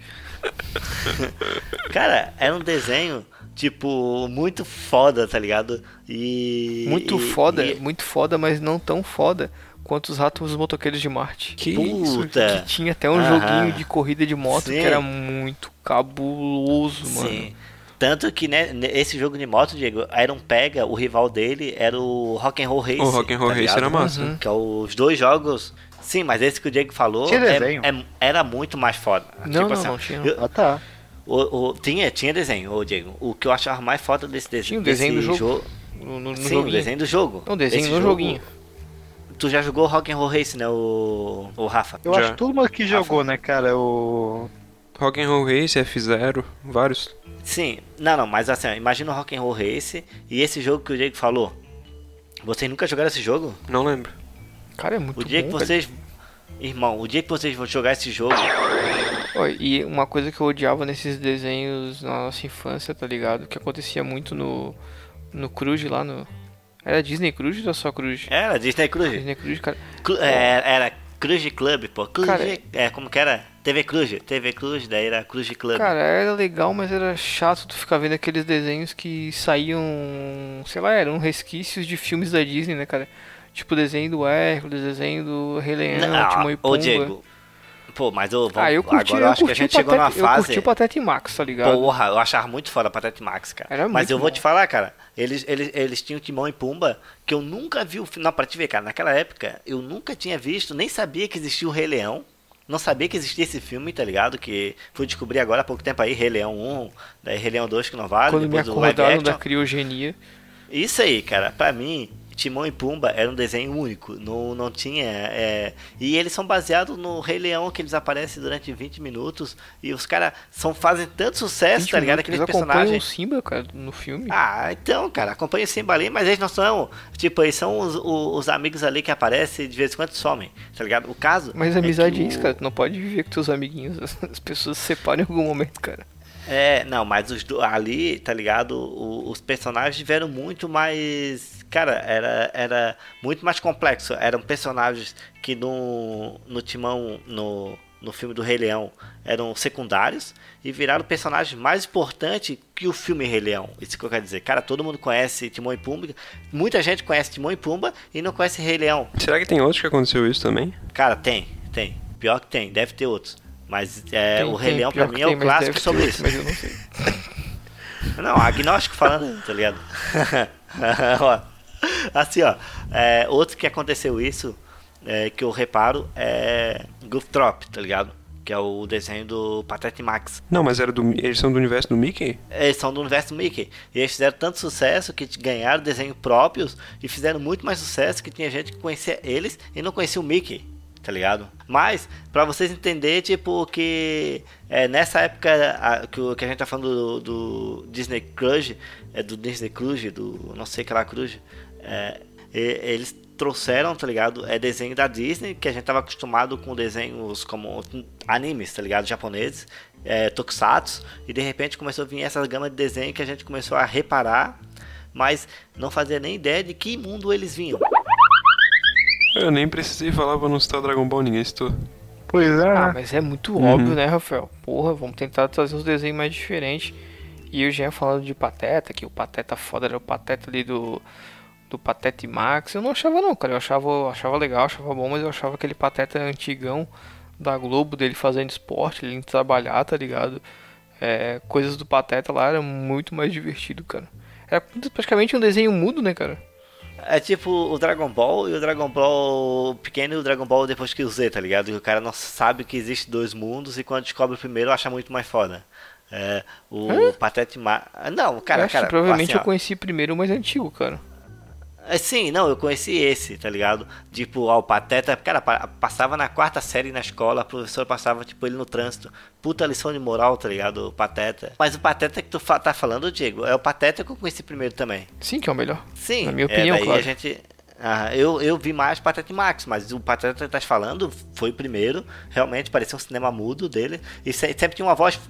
Speaker 1: cara, era um desenho, tipo, muito foda, tá ligado? E.
Speaker 3: Muito
Speaker 1: e-
Speaker 3: foda,
Speaker 1: e-
Speaker 3: muito foda, mas não tão foda quanto os ratos dos motoqueiros de Marte.
Speaker 2: Que isso?
Speaker 1: puta!
Speaker 3: Que tinha até um
Speaker 1: Aham.
Speaker 3: joguinho de corrida de moto
Speaker 1: Sim.
Speaker 3: que era muito cabuloso, mano.
Speaker 1: Sim. Tanto que né, nesse jogo de moto, Diego, a Iron Pega, o rival dele era o Rock'n'Roll Race. tá
Speaker 2: O Rock'n'Roll Race
Speaker 1: ligado?
Speaker 2: era massa.
Speaker 3: Uhum.
Speaker 1: Que é os dois jogos. Sim, mas esse que o Diego falou
Speaker 6: Tinha
Speaker 1: é-
Speaker 6: desenho?
Speaker 1: é- era muito mais foda.
Speaker 3: Não,
Speaker 1: Tipo
Speaker 3: não,
Speaker 1: assim,
Speaker 3: não tinha.
Speaker 1: eu-
Speaker 6: Ah, tá.
Speaker 1: o- o- tinha, tinha desenho, ô Diego. O que eu achava mais foda desse desenho.
Speaker 3: Tinha o desenho do
Speaker 1: desse
Speaker 3: jogo.
Speaker 1: jo-
Speaker 3: No, no, no
Speaker 1: Sim,
Speaker 3: joguinho.
Speaker 1: o desenho do jogo.
Speaker 3: Não, o desenho
Speaker 1: Esse
Speaker 3: no
Speaker 1: jogo-
Speaker 3: joguinho.
Speaker 1: Tu já jogou Rock'n'Roll Race, né, o, o Rafa?
Speaker 6: Eu
Speaker 2: Já.
Speaker 6: acho que todo mundo que jogou, né, cara? O.
Speaker 2: Rock'n'Roll Race, F0, vários.
Speaker 1: Sim, não, não, mas assim, ó, imagina o Rock'n'Roll Race e esse jogo que o Diego falou. Vocês nunca jogaram esse jogo?
Speaker 2: Não lembro.
Speaker 3: Cara, é muito
Speaker 1: O dia
Speaker 3: bom,
Speaker 1: que
Speaker 3: velho.
Speaker 1: vocês. Irmão, o dia que vocês vão jogar esse jogo.
Speaker 3: Ó, E uma coisa que eu odiava nesses desenhos na nossa infância, tá ligado? Que acontecia muito no. No Cruz lá no. Era Disney Cruz ou era só Cruz?
Speaker 1: Era Disney Cruz.
Speaker 3: Disney Cruz, cara.
Speaker 1: Cru- é, era Cruz Club, pô. Cruz.
Speaker 3: Cara,
Speaker 1: é, como que era? TV Cruz. TV Cruz, daí era Cruz Club.
Speaker 3: Cara, era legal, mas era chato tu ficar vendo aqueles desenhos que saíam. Sei lá, eram resquícios de filmes da Disney, né, cara? Tipo o desenho do Hércules, desenho do Rei Leão, Timão e
Speaker 1: Não,
Speaker 3: Pumba.
Speaker 1: ô Diego. Pô, mas ô, vamos,
Speaker 3: ah, eu curti,
Speaker 1: agora
Speaker 3: eu
Speaker 1: eu acho que a
Speaker 3: curti o
Speaker 1: gente chegou numa
Speaker 3: Patete, eu curti
Speaker 1: fase.
Speaker 3: o Patete e Max, tá ligado?
Speaker 1: Porra, eu achava muito foda a Patete Max, cara.
Speaker 3: Era
Speaker 1: Mas
Speaker 3: muito
Speaker 1: eu vou
Speaker 3: bom.
Speaker 1: te falar, cara, eles, eles, eles tinham Timão e Pumba, que eu nunca vi o final. Pra te ver, cara, naquela época, eu nunca tinha visto, nem sabia que existia o Rei Leão. Não sabia que existia esse filme, tá ligado? Que fui descobrir agora há pouco tempo aí, Rei Leão 1, daí Rei Leão 2 que não vale,
Speaker 3: Quando me
Speaker 1: depois do live
Speaker 3: acordaram
Speaker 1: action.
Speaker 3: da criogenia.
Speaker 1: Isso aí, cara, pra mim, Timão e Pumba era um desenho único, não, não tinha. é, E eles são baseados no Rei Leão, que eles aparecem durante 20 minutos. E os caras fazem tanto sucesso, tá ligado?
Speaker 3: minutos, eles
Speaker 1: Aqueles
Speaker 3: acompanham o
Speaker 1: personagens.
Speaker 3: Simba, cara, no filme.
Speaker 1: Ah, então, cara, acompanha o Simba ali, mas eles não são. Tipo, eles são os, o- os amigos ali que aparecem e de vez em quando somem, tá ligado? O caso.
Speaker 3: Mas
Speaker 1: é
Speaker 3: amizade
Speaker 1: que
Speaker 3: é isso,
Speaker 1: o-
Speaker 3: cara. Tu não pode viver com teus amiguinhos. As pessoas se separam em algum momento, cara.
Speaker 1: É, não, mas os do- ali, tá ligado? O- os personagens tiveram muito mais. Cara, era, era muito mais complexo. Eram personagens que no, no Timão, no, no filme do Rei Leão, eram secundários e viraram personagens mais importantes que o filme Rei Leão. Isso que eu quero dizer. Cara, todo mundo conhece Timão e Pumba. Muita gente conhece Timão e Pumba e não conhece Rei Leão.
Speaker 2: Será que tem outros que aconteceu isso também?
Speaker 1: Cara, tem, tem. Pior que tem, deve ter outros. Mas é,
Speaker 3: Tem-
Speaker 1: o Rei
Speaker 3: tem,
Speaker 1: Leão,
Speaker 3: pior
Speaker 1: pra mim,
Speaker 3: que
Speaker 1: é
Speaker 3: tem,
Speaker 1: o
Speaker 3: mas
Speaker 1: clássico
Speaker 3: deve
Speaker 1: sobre
Speaker 3: ter,
Speaker 1: isso.
Speaker 3: Mas eu não sei.
Speaker 1: Não, agnóstico falando, tá ligado? Ó, assim, ó. é, outro que aconteceu isso, é, que eu reparo, é Goof Trop, tá ligado? Que é o desenho do Patete Max.
Speaker 2: Não, mas era do, eles são do universo do Mickey?
Speaker 1: Eles é, são do universo Mickey. E eles fizeram tanto sucesso que ganharam desenho próprios e fizeram muito mais sucesso que tinha gente que conhecia eles e não conhecia o Mickey, tá ligado? Mas, pra vocês entenderem, tipo, que é, nessa época a- que, o- que a gente tá falando do, do Disney Cruise, é, do Disney Cruise, do não sei que lá Cruise, é, e- eles trouxeram, tá ligado? É desenho da Disney, que a gente tava acostumado com desenhos como animes, tá ligado? Japoneses, é, tokusatsu, e de repente começou a vir essa gama de desenho que a gente começou a reparar, mas não fazia nem ideia de que mundo eles vinham.
Speaker 2: Eu nem precisei falar pra não citar Dragon Ball, ninguém citou.
Speaker 6: Pois é.
Speaker 3: Ah, mas é muito
Speaker 2: Uhum.
Speaker 3: óbvio, né, Rafael? Porra, vamos tentar trazer uns desenhos mais diferentes. E eu já ia falando de Pateta, que o Pateta foda era o Pateta ali do. Do Pateta e Max. Eu não achava, não, cara. Eu achava, eu achava legal, achava bom, mas eu achava aquele Pateta antigão da Globo, dele fazendo esporte, ele indo trabalhar, tá ligado? É, coisas do Pateta lá era muito mais divertido, cara. Era praticamente um desenho mudo, né, cara?
Speaker 1: É tipo o Dragon Ball e o Dragon Ball pequeno e o Dragon Ball depois que o Z, tá ligado? E o cara não sabe que existe dois mundos e quando descobre o primeiro acha muito mais foda. É, o Patete Ma... Não, cara,
Speaker 3: eu acho
Speaker 1: cara.
Speaker 3: que provavelmente
Speaker 1: assim,
Speaker 3: eu
Speaker 1: ó.
Speaker 3: conheci primeiro o mais antigo, cara.
Speaker 1: É, Sim, não, eu conheci esse, tá ligado? Tipo, ó, o Pateta, cara, pa- passava na quarta série na escola, a professora passava, tipo, ele no trânsito. Puta lição de moral, tá ligado? O Pateta. Mas o Pateta que tu fa- tá falando, Diego, é o Pateta que eu conheci primeiro também.
Speaker 3: Sim, que é o melhor.
Speaker 1: Sim,
Speaker 3: Na minha
Speaker 1: é,
Speaker 3: opinião,
Speaker 1: daí
Speaker 3: claro.
Speaker 1: a gente. Ah, eu, eu vi mais Pateta e Max, mas o Pateta que tu estás falando foi o primeiro. Realmente, parecia um cinema mudo dele. E se- sempre tinha uma voz,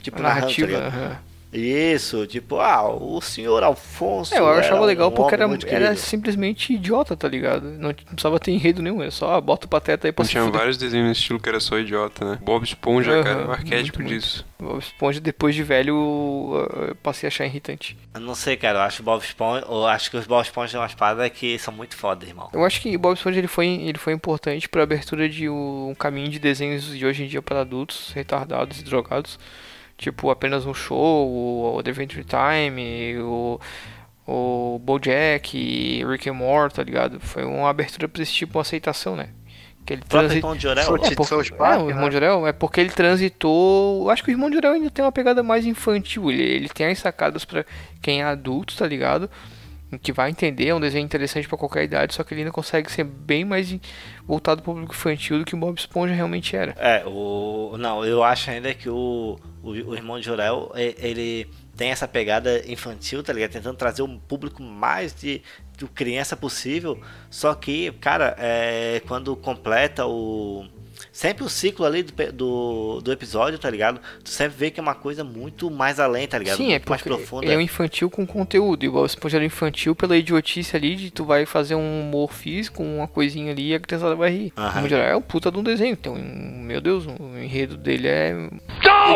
Speaker 1: tipo, narrando, tá
Speaker 3: narrativa. né?
Speaker 1: ligado?
Speaker 3: aham.
Speaker 1: Isso, tipo, ah, o senhor Alfonso.
Speaker 3: É, eu
Speaker 1: era
Speaker 3: achava
Speaker 1: um
Speaker 3: legal porque
Speaker 1: homem
Speaker 3: era,
Speaker 1: muito
Speaker 3: era
Speaker 1: querido.
Speaker 3: simplesmente idiota, tá ligado? Não t- precisava ter enredo nenhum, era só ah, bota o pateta aí pra se
Speaker 2: Tinha
Speaker 3: fuder.
Speaker 2: vários desenhos nesse estilo que era só idiota, né? Bob Esponja,
Speaker 3: Aham,
Speaker 2: cara, o arquétipo
Speaker 3: muito, muito.
Speaker 2: disso.
Speaker 3: Bob Esponja, depois de velho, eu, eu passei a achar irritante.
Speaker 1: Eu não sei, cara. Eu acho o Bob Esponja. Eu acho que os Bob Esponja são umas paradas que são muito foda, irmão.
Speaker 3: Eu acho que o Bob Esponja ele foi, ele foi importante pra abertura de um um caminho de desenhos de hoje em dia para adultos retardados e drogados. Tipo, apenas um show, o, o The Adventure Time, o, o BoJack, e Rick and Morty, tá ligado? Foi uma abertura pra esse tipo, uma aceitação, né? Que ele
Speaker 1: O próprio
Speaker 3: transi-
Speaker 1: irmão de Orel.
Speaker 6: Sou-
Speaker 3: É, por-
Speaker 6: South
Speaker 3: é,
Speaker 6: Park,
Speaker 3: o
Speaker 6: né?
Speaker 3: irmão de Orel, é porque ele transitou. eu Acho que o irmão de Orel ainda tem uma pegada mais infantil. Ele, ele tem as sacadas pra quem é adulto, tá ligado? Que vai entender, é um desenho interessante pra qualquer idade, só que ele ainda consegue ser bem mais in- voltado pro público infantil do que o Bob Esponja realmente era.
Speaker 1: É, o. Não, eu acho ainda que o, o, o irmão de Orel, e- ele tem essa pegada infantil, tá ligado? Tentando trazer um público mais de, de criança possível. Só que, cara, é, quando completa o. Sempre o ciclo ali do, pe- do, do episódio, tá ligado? Tu sempre vê que é uma coisa muito mais além, tá ligado?
Speaker 3: Sim, é
Speaker 1: muito mais
Speaker 3: porque
Speaker 1: profunda.
Speaker 3: ele é um infantil com conteúdo. E o Bob Esponja era infantil pela idiotice ali de tu vai fazer um humor físico, uma coisinha ali e a criançada vai rir.
Speaker 1: Aham.
Speaker 3: O irmão de Orel é um puta de um desenho. Tem um, meu Deus, o enredo dele é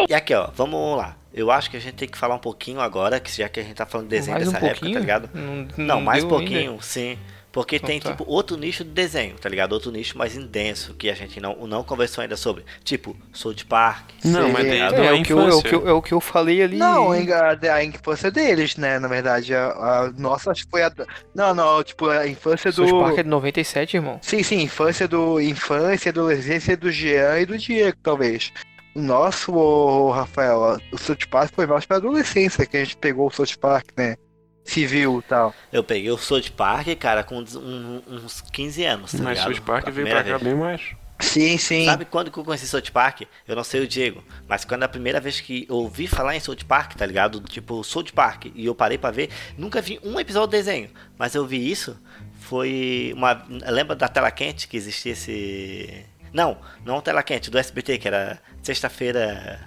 Speaker 1: E aqui, ó, vamos lá. Eu acho que a gente tem que falar um pouquinho agora, que já que a gente tá falando de desenho
Speaker 3: mais um
Speaker 1: dessa época,
Speaker 3: pouquinho?
Speaker 1: tá ligado?
Speaker 3: Não,
Speaker 1: Não, mais um
Speaker 3: deu
Speaker 1: pouquinho, sim. Porque
Speaker 3: Então
Speaker 1: tem,
Speaker 3: tá.
Speaker 1: tipo, outro nicho de desenho, tá ligado? Outro nicho mais intenso, que a gente não, não conversou ainda sobre. Tipo, South Park.
Speaker 2: Não,
Speaker 6: Sim,
Speaker 2: mas
Speaker 6: é.
Speaker 2: daí
Speaker 3: ainda.
Speaker 2: não
Speaker 3: É,
Speaker 2: é,
Speaker 3: o que eu, é, o que
Speaker 2: infância.
Speaker 3: eu, é o que eu falei ali.
Speaker 5: é
Speaker 6: Não, a inga- a infância deles, né? Na verdade, a, a nossa acho que foi a. da- Não, não, tipo, a infância do.
Speaker 3: South Park é de 97, irmão.
Speaker 6: Sim, sim, infância do. Infância, adolescência do Jean e do Diego, talvez. O Nosso, ô, Rafael, o South Park foi mais pra adolescência que a gente pegou o South Park, né?
Speaker 5: civil e tal.
Speaker 1: Eu peguei o South Park, cara, com uns- um- uns 15 anos, tá
Speaker 2: Mas
Speaker 1: ligado?
Speaker 2: South Park
Speaker 1: A
Speaker 2: veio
Speaker 1: primeira
Speaker 2: pra cá
Speaker 1: vez.
Speaker 2: bem mais.
Speaker 5: Sim, sim.
Speaker 1: Sabe quando que eu conheci South Park? Eu não sei o Diego, mas quando é a primeira vez que eu ouvi falar em South Park, tá ligado? Tipo, South Park, e eu parei pra ver, nunca vi um episódio de desenho, mas eu vi isso, foi uma... Lembra da Tela Quente que existia esse... Não, não Tela Quente, do SBT, que era sexta-feira...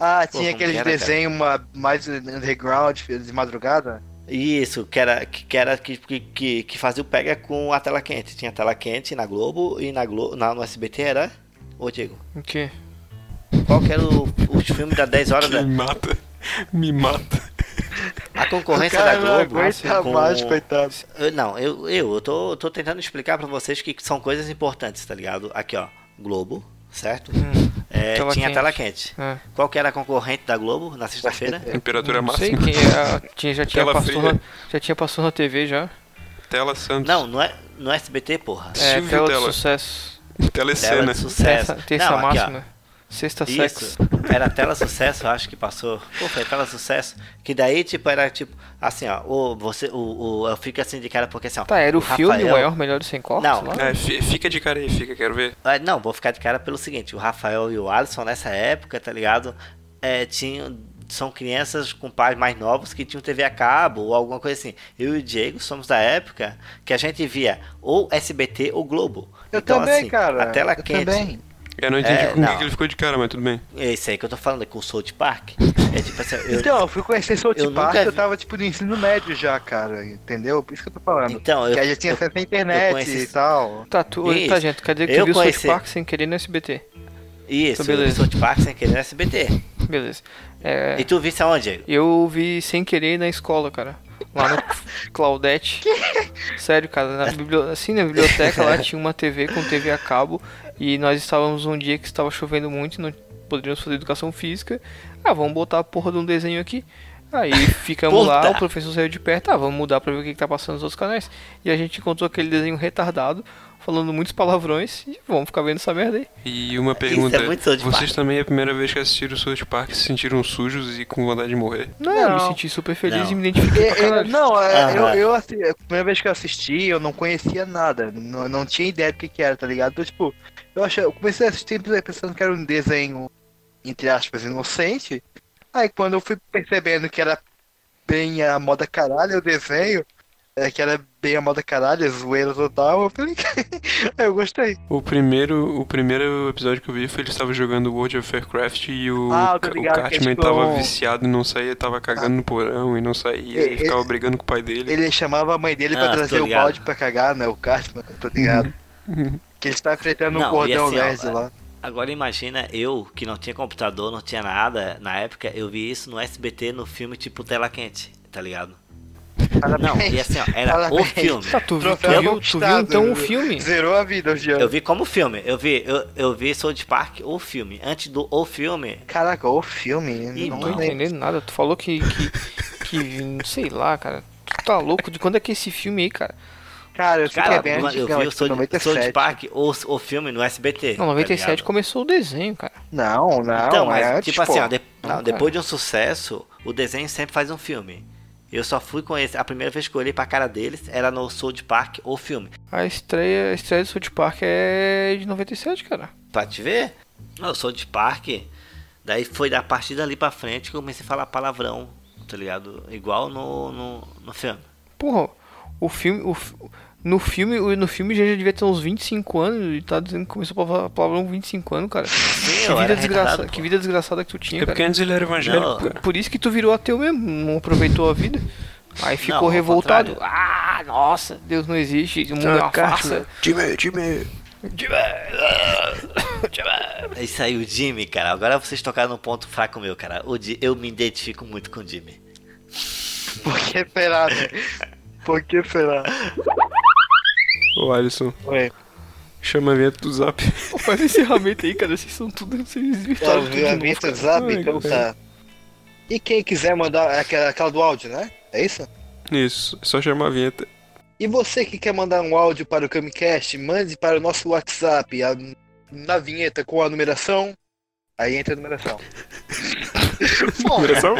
Speaker 5: Ah,
Speaker 1: Pô,
Speaker 5: tinha
Speaker 1: como
Speaker 5: aqueles
Speaker 1: que era, cara?
Speaker 5: desenhos ma- mais underground de madrugada?
Speaker 1: Isso, que era, que, que era que, que- que, que fazia o pega com a tela quente. Tinha a tela quente na Globo e na Globo, na, no SBT era. Ô Diego,
Speaker 3: O quê?
Speaker 1: qual que era o, o filme da 10 horas né?
Speaker 2: Me
Speaker 1: da.
Speaker 2: mata. Me mata.
Speaker 1: A concorrência
Speaker 5: Cara,
Speaker 1: da Globo. assim,
Speaker 5: Não aguenta
Speaker 1: com-
Speaker 5: mais, coitado.
Speaker 1: Eu- Não, eu, eu, eu tô, eu tô tentando explicar pra vocês que são coisas importantes, tá ligado? Aqui, ó. Globo, certo? É,
Speaker 3: Hum, Tela
Speaker 1: tinha a
Speaker 3: Quente.
Speaker 1: tela quente.
Speaker 3: É.
Speaker 1: Qual que era a concorrente da Globo na sexta-feira?
Speaker 2: Temperatura
Speaker 3: Não sei
Speaker 2: máxima.
Speaker 3: quem era. Tinha, já, tinha
Speaker 2: Tela
Speaker 3: passou
Speaker 2: fria.
Speaker 3: na, já tinha passou na TV já.
Speaker 2: Tela Santos.
Speaker 1: Não, não é no SBT, porra.
Speaker 3: É,
Speaker 2: Silvio
Speaker 3: tela de
Speaker 2: Tela.
Speaker 3: sucesso.
Speaker 1: Tela
Speaker 2: Telecena.
Speaker 1: de sucesso.
Speaker 3: Terça, terça
Speaker 1: Não, aqui, ó.
Speaker 3: né? máxima. Sexta
Speaker 1: Isso.
Speaker 3: sexo.
Speaker 1: Era tela sucesso, eu acho que passou. Pô, foi tela sucesso. Que daí, tipo, era tipo, assim, ó, o, você, o, o- eu fico assim de cara porque assim, ó.
Speaker 3: Tá, era o filme
Speaker 1: Rafael-
Speaker 3: o maior, melhor e sem cortes?
Speaker 1: Não.
Speaker 3: lá?
Speaker 2: É, fi- fica de cara aí, fica, quero ver.
Speaker 1: Ah, Não, vou ficar de cara pelo seguinte, o Rafael e o Alisson nessa época, tá ligado? É, tinham. São crianças com pais mais novos que tinham TV a cabo ou alguma coisa assim. Eu e o Diego somos da época que a gente via ou SBT ou Globo.
Speaker 5: Eu
Speaker 1: Então,
Speaker 5: também,
Speaker 1: assim,
Speaker 5: cara.
Speaker 1: A tela
Speaker 5: eu
Speaker 1: quente.
Speaker 5: Também.
Speaker 2: Eu não entendi
Speaker 1: É,
Speaker 2: como
Speaker 1: não.
Speaker 2: que ele ficou de cara, mas tudo bem.
Speaker 1: É isso aí que eu tô falando, com o South Park. É tipo assim, eu-
Speaker 5: Então, eu fui conhecer South
Speaker 1: eu
Speaker 5: Park,
Speaker 1: nunca
Speaker 5: eu
Speaker 1: vi-
Speaker 5: tava tipo no ensino médio já, cara, entendeu? Por isso que eu tô falando.
Speaker 1: Então, eu-
Speaker 5: que a gente tinha
Speaker 1: eu-
Speaker 5: acesso à
Speaker 1: eu
Speaker 5: internet
Speaker 1: conheci-
Speaker 5: e tal.
Speaker 3: Tá, tu,
Speaker 1: Isso.
Speaker 3: tá, gente, quer dizer que
Speaker 1: Eu
Speaker 3: tu viu
Speaker 1: conheci-
Speaker 3: South Park sem querer no SBT.
Speaker 1: Isso,
Speaker 3: Então, beleza.
Speaker 1: South Park sem querer no SBT.
Speaker 3: Beleza. É,
Speaker 1: E tu viste aonde, é Diego?
Speaker 3: eu vi sem querer na escola, cara. Lá no Claudete. Sério, cara, na bibli- assim, na biblioteca lá tinha uma TV com TV a cabo e nós estávamos um dia que estava chovendo muito e não poderíamos fazer educação física. Ah, vamos botar a porra de um desenho aqui. Aí ficamos lá,
Speaker 1: Puta.
Speaker 3: o professor saiu de perto, ah, vamos mudar pra ver o que, que tá passando nos outros canais. E a gente encontrou aquele desenho retardado, falando muitos palavrões, e vamos ficar vendo essa merda aí.
Speaker 2: E uma pergunta.
Speaker 1: é muito South Park.
Speaker 2: Vocês também, é a primeira vez que assistiram South Park, se sentiram sujos e com vontade de morrer?
Speaker 3: Não, eu me
Speaker 5: Não.
Speaker 3: senti super feliz
Speaker 1: Não.
Speaker 3: e me identifiquei
Speaker 5: Eu-
Speaker 3: pra
Speaker 5: eu-
Speaker 3: caralho.
Speaker 5: é, não, é, eu,
Speaker 1: Aham.
Speaker 5: eu assi- a primeira vez que eu assisti, eu não conhecia nada. Não, não tinha ideia do que, que era, tá ligado? Então, tipo, eu, achei, eu comecei a assistir pensando que era um desenho, entre aspas, inocente. Aí quando eu fui percebendo que era bem a moda caralho o desenho, é, que era bem a moda caralho, zoeira total, eu falei, "Ah, eu gostei.
Speaker 2: O primeiro, o primeiro episódio que eu vi foi eles estavam jogando World of Warcraft e o,
Speaker 5: Ah, eu tô
Speaker 2: Ca- o
Speaker 5: ligado, que
Speaker 2: Cartman
Speaker 5: eles
Speaker 2: tava
Speaker 5: ficam-
Speaker 2: viciado e não saía, tava cagando no porão e não saía,
Speaker 5: E-
Speaker 2: e ficava brigando com o pai dele.
Speaker 5: Ele chamava a mãe dele
Speaker 1: Ah,
Speaker 5: pra
Speaker 1: tô
Speaker 5: trazer o
Speaker 1: ligado.
Speaker 5: balde pra cagar, né? O Cartman, tô ligado. que ele está enfrentando
Speaker 1: Não,
Speaker 5: um
Speaker 1: e
Speaker 5: cordão
Speaker 1: assim, ó,
Speaker 5: verde lá.
Speaker 1: Agora imagina eu, que não tinha computador, não tinha nada na época, eu vi isso no SBT no filme tipo Tela Quente, tá ligado? Não, e assim, ó, era o
Speaker 5: Parabéns.
Speaker 1: filme.
Speaker 3: Tá, tu, viu- tu
Speaker 5: Troféu
Speaker 3: viu, tu viu
Speaker 5: conquistado.
Speaker 3: então o filme?
Speaker 5: Zerou a vida hoje.
Speaker 1: Eu
Speaker 5: Eu...
Speaker 1: vi como filme, eu vi, eu, eu vi South Park, o filme. Antes do o filme,
Speaker 5: Caraca, o filme.
Speaker 1: Ih,
Speaker 5: não
Speaker 3: Não tô
Speaker 1: mano.
Speaker 5: lembro.
Speaker 3: entendendo nada. Tu falou que, que. que. sei lá, cara. Tu tá louco? De quando é que é esse filme aí, cara?
Speaker 5: Cara, eu sei que
Speaker 1: cara,
Speaker 5: é bem
Speaker 1: eu,
Speaker 5: antigão,
Speaker 1: vi o
Speaker 5: acho que
Speaker 1: South,
Speaker 5: 97.
Speaker 1: South Park, o, o filme no SBT.
Speaker 3: Não, 97
Speaker 1: tá ligado?
Speaker 3: começou o desenho, cara.
Speaker 5: Não, não.
Speaker 1: Então, mas
Speaker 5: é antes,
Speaker 1: tipo assim,
Speaker 5: pô.
Speaker 1: ó, de- não,
Speaker 3: cara.
Speaker 1: depois de um sucesso, o desenho sempre faz um filme. Eu só fui conhecer, a primeira vez que eu olhei pra cara deles era no South Park, o filme.
Speaker 3: A estreia, a estreia do South Park é de 97, cara.
Speaker 1: Pra te ver? Eu sou de parque. Daí foi da partida ali pra frente que eu comecei a falar palavrão, tá ligado? Igual no, no, no filme.
Speaker 3: Porra, o filme. O, fi- no filme, o- no filme já já devia ter uns 25 anos e tá dizendo que começou a um falar palavrão 25 anos, cara. que,
Speaker 1: eu
Speaker 3: vida
Speaker 1: era
Speaker 3: desgraça,
Speaker 1: retardado, pô.
Speaker 3: que vida desgraçada que tu tinha,
Speaker 2: É porque
Speaker 3: cara.
Speaker 2: antes ele era evangélico,
Speaker 1: Não.
Speaker 2: cara.
Speaker 3: Por isso que tu virou ateu mesmo, não aproveitou a vida. Aí ficou
Speaker 1: ao
Speaker 3: revoltado. Ah, nossa, Deus não existe, o mundo é uma farsa.
Speaker 2: Time, time.
Speaker 1: É Isso aí, o Jimmy, cara. Agora vocês tocaram num ponto fraco meu, cara. O Di- eu me identifico muito com o Jimmy.
Speaker 5: Por que será, né? Por que será?
Speaker 2: Ô Alisson,
Speaker 5: Ué,
Speaker 2: chama a vinheta do zap.
Speaker 3: Pô, faz esse encerramento aí, cara. Vocês são tudo. Vocês
Speaker 5: eu
Speaker 3: virtuaram tudo.
Speaker 5: vi
Speaker 3: de
Speaker 5: a
Speaker 3: novo,
Speaker 5: vista
Speaker 3: cara.
Speaker 5: do zap,
Speaker 2: Ai,
Speaker 5: então
Speaker 2: cara.
Speaker 5: tá. E quem quiser mandar é aquela, aquela do áudio, né? É isso?
Speaker 2: Isso, é só chamar a vinheta.
Speaker 5: E você que quer mandar um áudio para o Camicast, mande para o nosso WhatsApp a- na vinheta com a numeração. Aí entra a numeração.
Speaker 2: Numeração?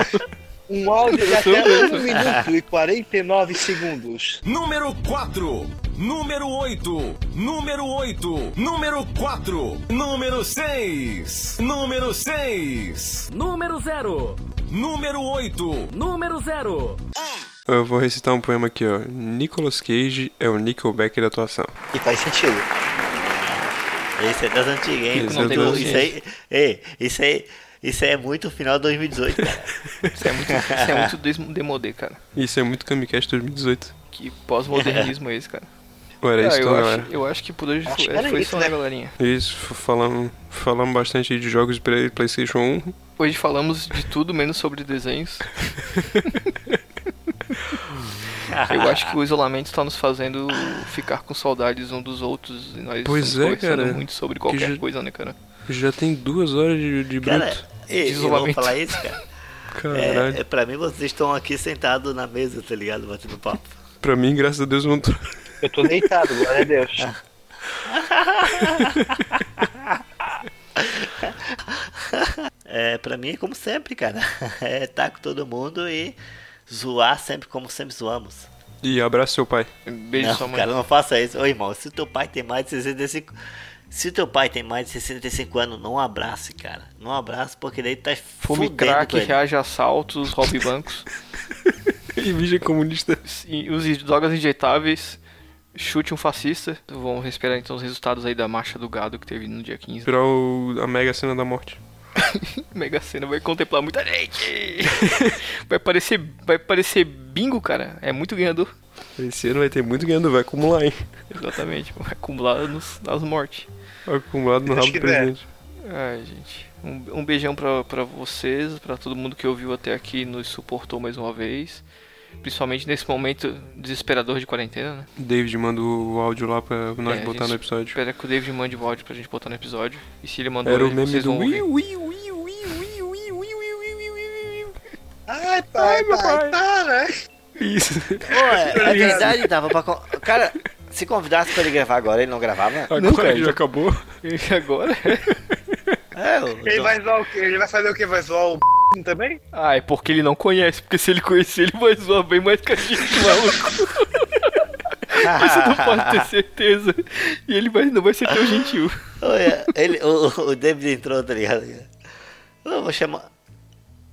Speaker 5: Um áudio de até 1 minuto e 49 segundos.
Speaker 7: Número 4. Número 8. Número 8. Número 4. Número 6. Número 6.
Speaker 8: Número 0.
Speaker 7: Número 8.
Speaker 8: Número 0.
Speaker 2: Eu vou recitar um poema aqui, ó. Nicolas Cage é o Nickelback da atuação.
Speaker 5: E faz sentido.
Speaker 1: Esse é das antigas, hein?
Speaker 2: Esse
Speaker 1: Isso,
Speaker 2: é das
Speaker 1: aí. Ei, isso aí. Isso aí é muito final de 2018, cara.
Speaker 3: Isso é muito, isso é muito des- demodé, cara.
Speaker 2: Isso é muito Kamikaze 2018.
Speaker 3: Que pós-modernismo é esse, cara.
Speaker 2: Ou era isso,
Speaker 3: Ah, eu,
Speaker 2: então,
Speaker 3: acho,
Speaker 2: galera?
Speaker 3: eu acho que por hoje
Speaker 5: Acho
Speaker 3: foi,
Speaker 5: que era
Speaker 3: foi
Speaker 5: isso,
Speaker 3: isso, né, galerinha?
Speaker 2: Isso, f- falamos, falamos bastante aí de jogos de Play- PlayStation 1.
Speaker 3: Hoje falamos de tudo, menos sobre desenhos. Eu acho que o isolamento está nos fazendo ficar com saudades um dos outros e nós
Speaker 2: Pois
Speaker 3: estamos
Speaker 2: é,
Speaker 3: conversando
Speaker 2: cara.
Speaker 3: muito sobre qualquer
Speaker 2: ju-
Speaker 3: coisa, né, cara?
Speaker 2: Já tem duas horas de, de
Speaker 1: Cara,
Speaker 2: bruto.
Speaker 1: ei, eu vou
Speaker 3: Isolamento.
Speaker 1: falar isso, cara.
Speaker 2: Caralho.
Speaker 1: É, é, pra mim, vocês estão aqui sentados na mesa, tá ligado? Batendo papo.
Speaker 2: Pra mim, graças a Deus, não tô...
Speaker 5: Eu tô deitado, glória a Deus.
Speaker 1: É, pra mim é como sempre, cara. É tá com todo mundo e zoar sempre como sempre zoamos.
Speaker 2: E abraço seu pai.
Speaker 3: Beijo, sua
Speaker 1: não,
Speaker 3: mãe.
Speaker 1: cara, não faça isso. Ô, irmão, se teu pai tem mais de 65... Se teu pai tem mais de 65 anos, não abrace, cara. Não abrace, porque daí tu tá
Speaker 3: Fume
Speaker 1: fudendo com
Speaker 3: crack,
Speaker 1: ele.
Speaker 3: reage a assaltos, roube bancos,
Speaker 2: E mídia comunista.
Speaker 3: e use drogas injetáveis, chute um fascista. Vamos esperar então os resultados aí da marcha do gado que teve no dia 15.
Speaker 2: Virar o- a mega cena da morte.
Speaker 3: Mega Sena vai contemplar muita gente. Vai parecer, vai parecer bingo, cara. É muito ganhador.
Speaker 2: Esse ano vai ter muito ganhando, vai acumular, hein?
Speaker 3: Exatamente, vai acumular nos, nas mortes.
Speaker 2: Acumulado no
Speaker 5: Acho
Speaker 2: rabo
Speaker 5: que
Speaker 2: do presidente.
Speaker 3: Ai, gente. Um, um beijão pra, pra vocês, pra todo mundo que ouviu até aqui e nos suportou mais uma vez. Principalmente nesse momento desesperador de quarentena, né?
Speaker 2: David manda o áudio lá pra nós
Speaker 3: É,
Speaker 2: botar
Speaker 3: gente,
Speaker 2: no episódio.
Speaker 3: Espero que o David mande o áudio pra gente botar no episódio. E se ele mandou,
Speaker 2: Era o
Speaker 3: hoje,
Speaker 2: meme
Speaker 3: vocês
Speaker 2: do
Speaker 3: vão ouvir.
Speaker 2: Wii, Wii, Wii, Wii, Wii, Wii, Wii, Wii, Wii, Wii, Wii.
Speaker 5: Ai, pai,
Speaker 2: meu pai.
Speaker 5: pai, para.
Speaker 2: Isso.
Speaker 1: Pô, é, é verdade, dava pra... con- Cara, se convidasse pra ele gravar agora, ele não gravava?
Speaker 2: Agora
Speaker 3: cara,
Speaker 2: já
Speaker 3: já-
Speaker 2: acabou.
Speaker 3: E agora?
Speaker 1: É, eu...
Speaker 5: Ele vai zoar o quê? Ele vai fazer o quê? Vai zoar o também?
Speaker 3: Ah, é porque ele não conhece, porque se ele conhecer, ele vai zoar bem mais que a gente, maluco. Você não pode ter certeza. E ele vai, não vai ser tão gentil.
Speaker 1: Olha, ele, o, o- o David entrou, tá ligado? Eu vou chamar.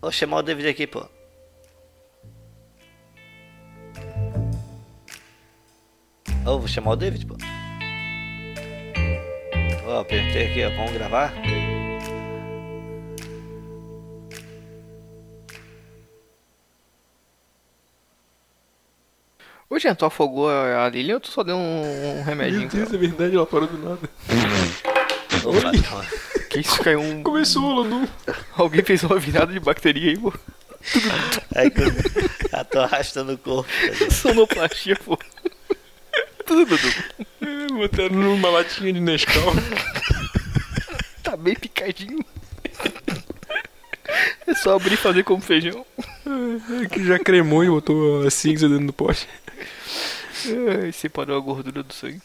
Speaker 1: Vou chamar o David aqui, pô. Eu vou chamar o David, Oh, pô. Ó, apertei aqui, ó. Vamos gravar?
Speaker 3: Ô, Jean, tu afogou a Lilian ou tu só deu um, um remedinho? pra ela?
Speaker 2: é verdade, ela parou do nada.
Speaker 1: Opa,
Speaker 3: Que isso, caiu um...
Speaker 2: Começou o Lulu.
Speaker 3: Alguém fez uma virada de bactéria aí, pô.
Speaker 1: aí que eu já tô arrastando o corpo.
Speaker 3: Sonoplastia, pô. Tudo, Dudu.
Speaker 2: Botaram numa latinha de Nescau.
Speaker 3: Tá bem picadinho. É só abrir e fazer como feijão.
Speaker 2: que já cremou e botou a cinza dentro do pote.
Speaker 3: Ai, Separou a gordura do sangue.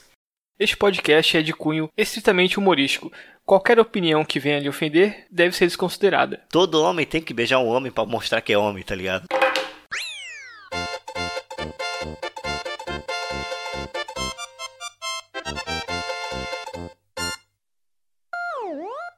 Speaker 3: Este podcast é de cunho estritamente humorístico. Qualquer opinião que venha lhe ofender deve ser desconsiderada.
Speaker 1: Todo homem tem que beijar um homem pra mostrar que é homem, tá ligado?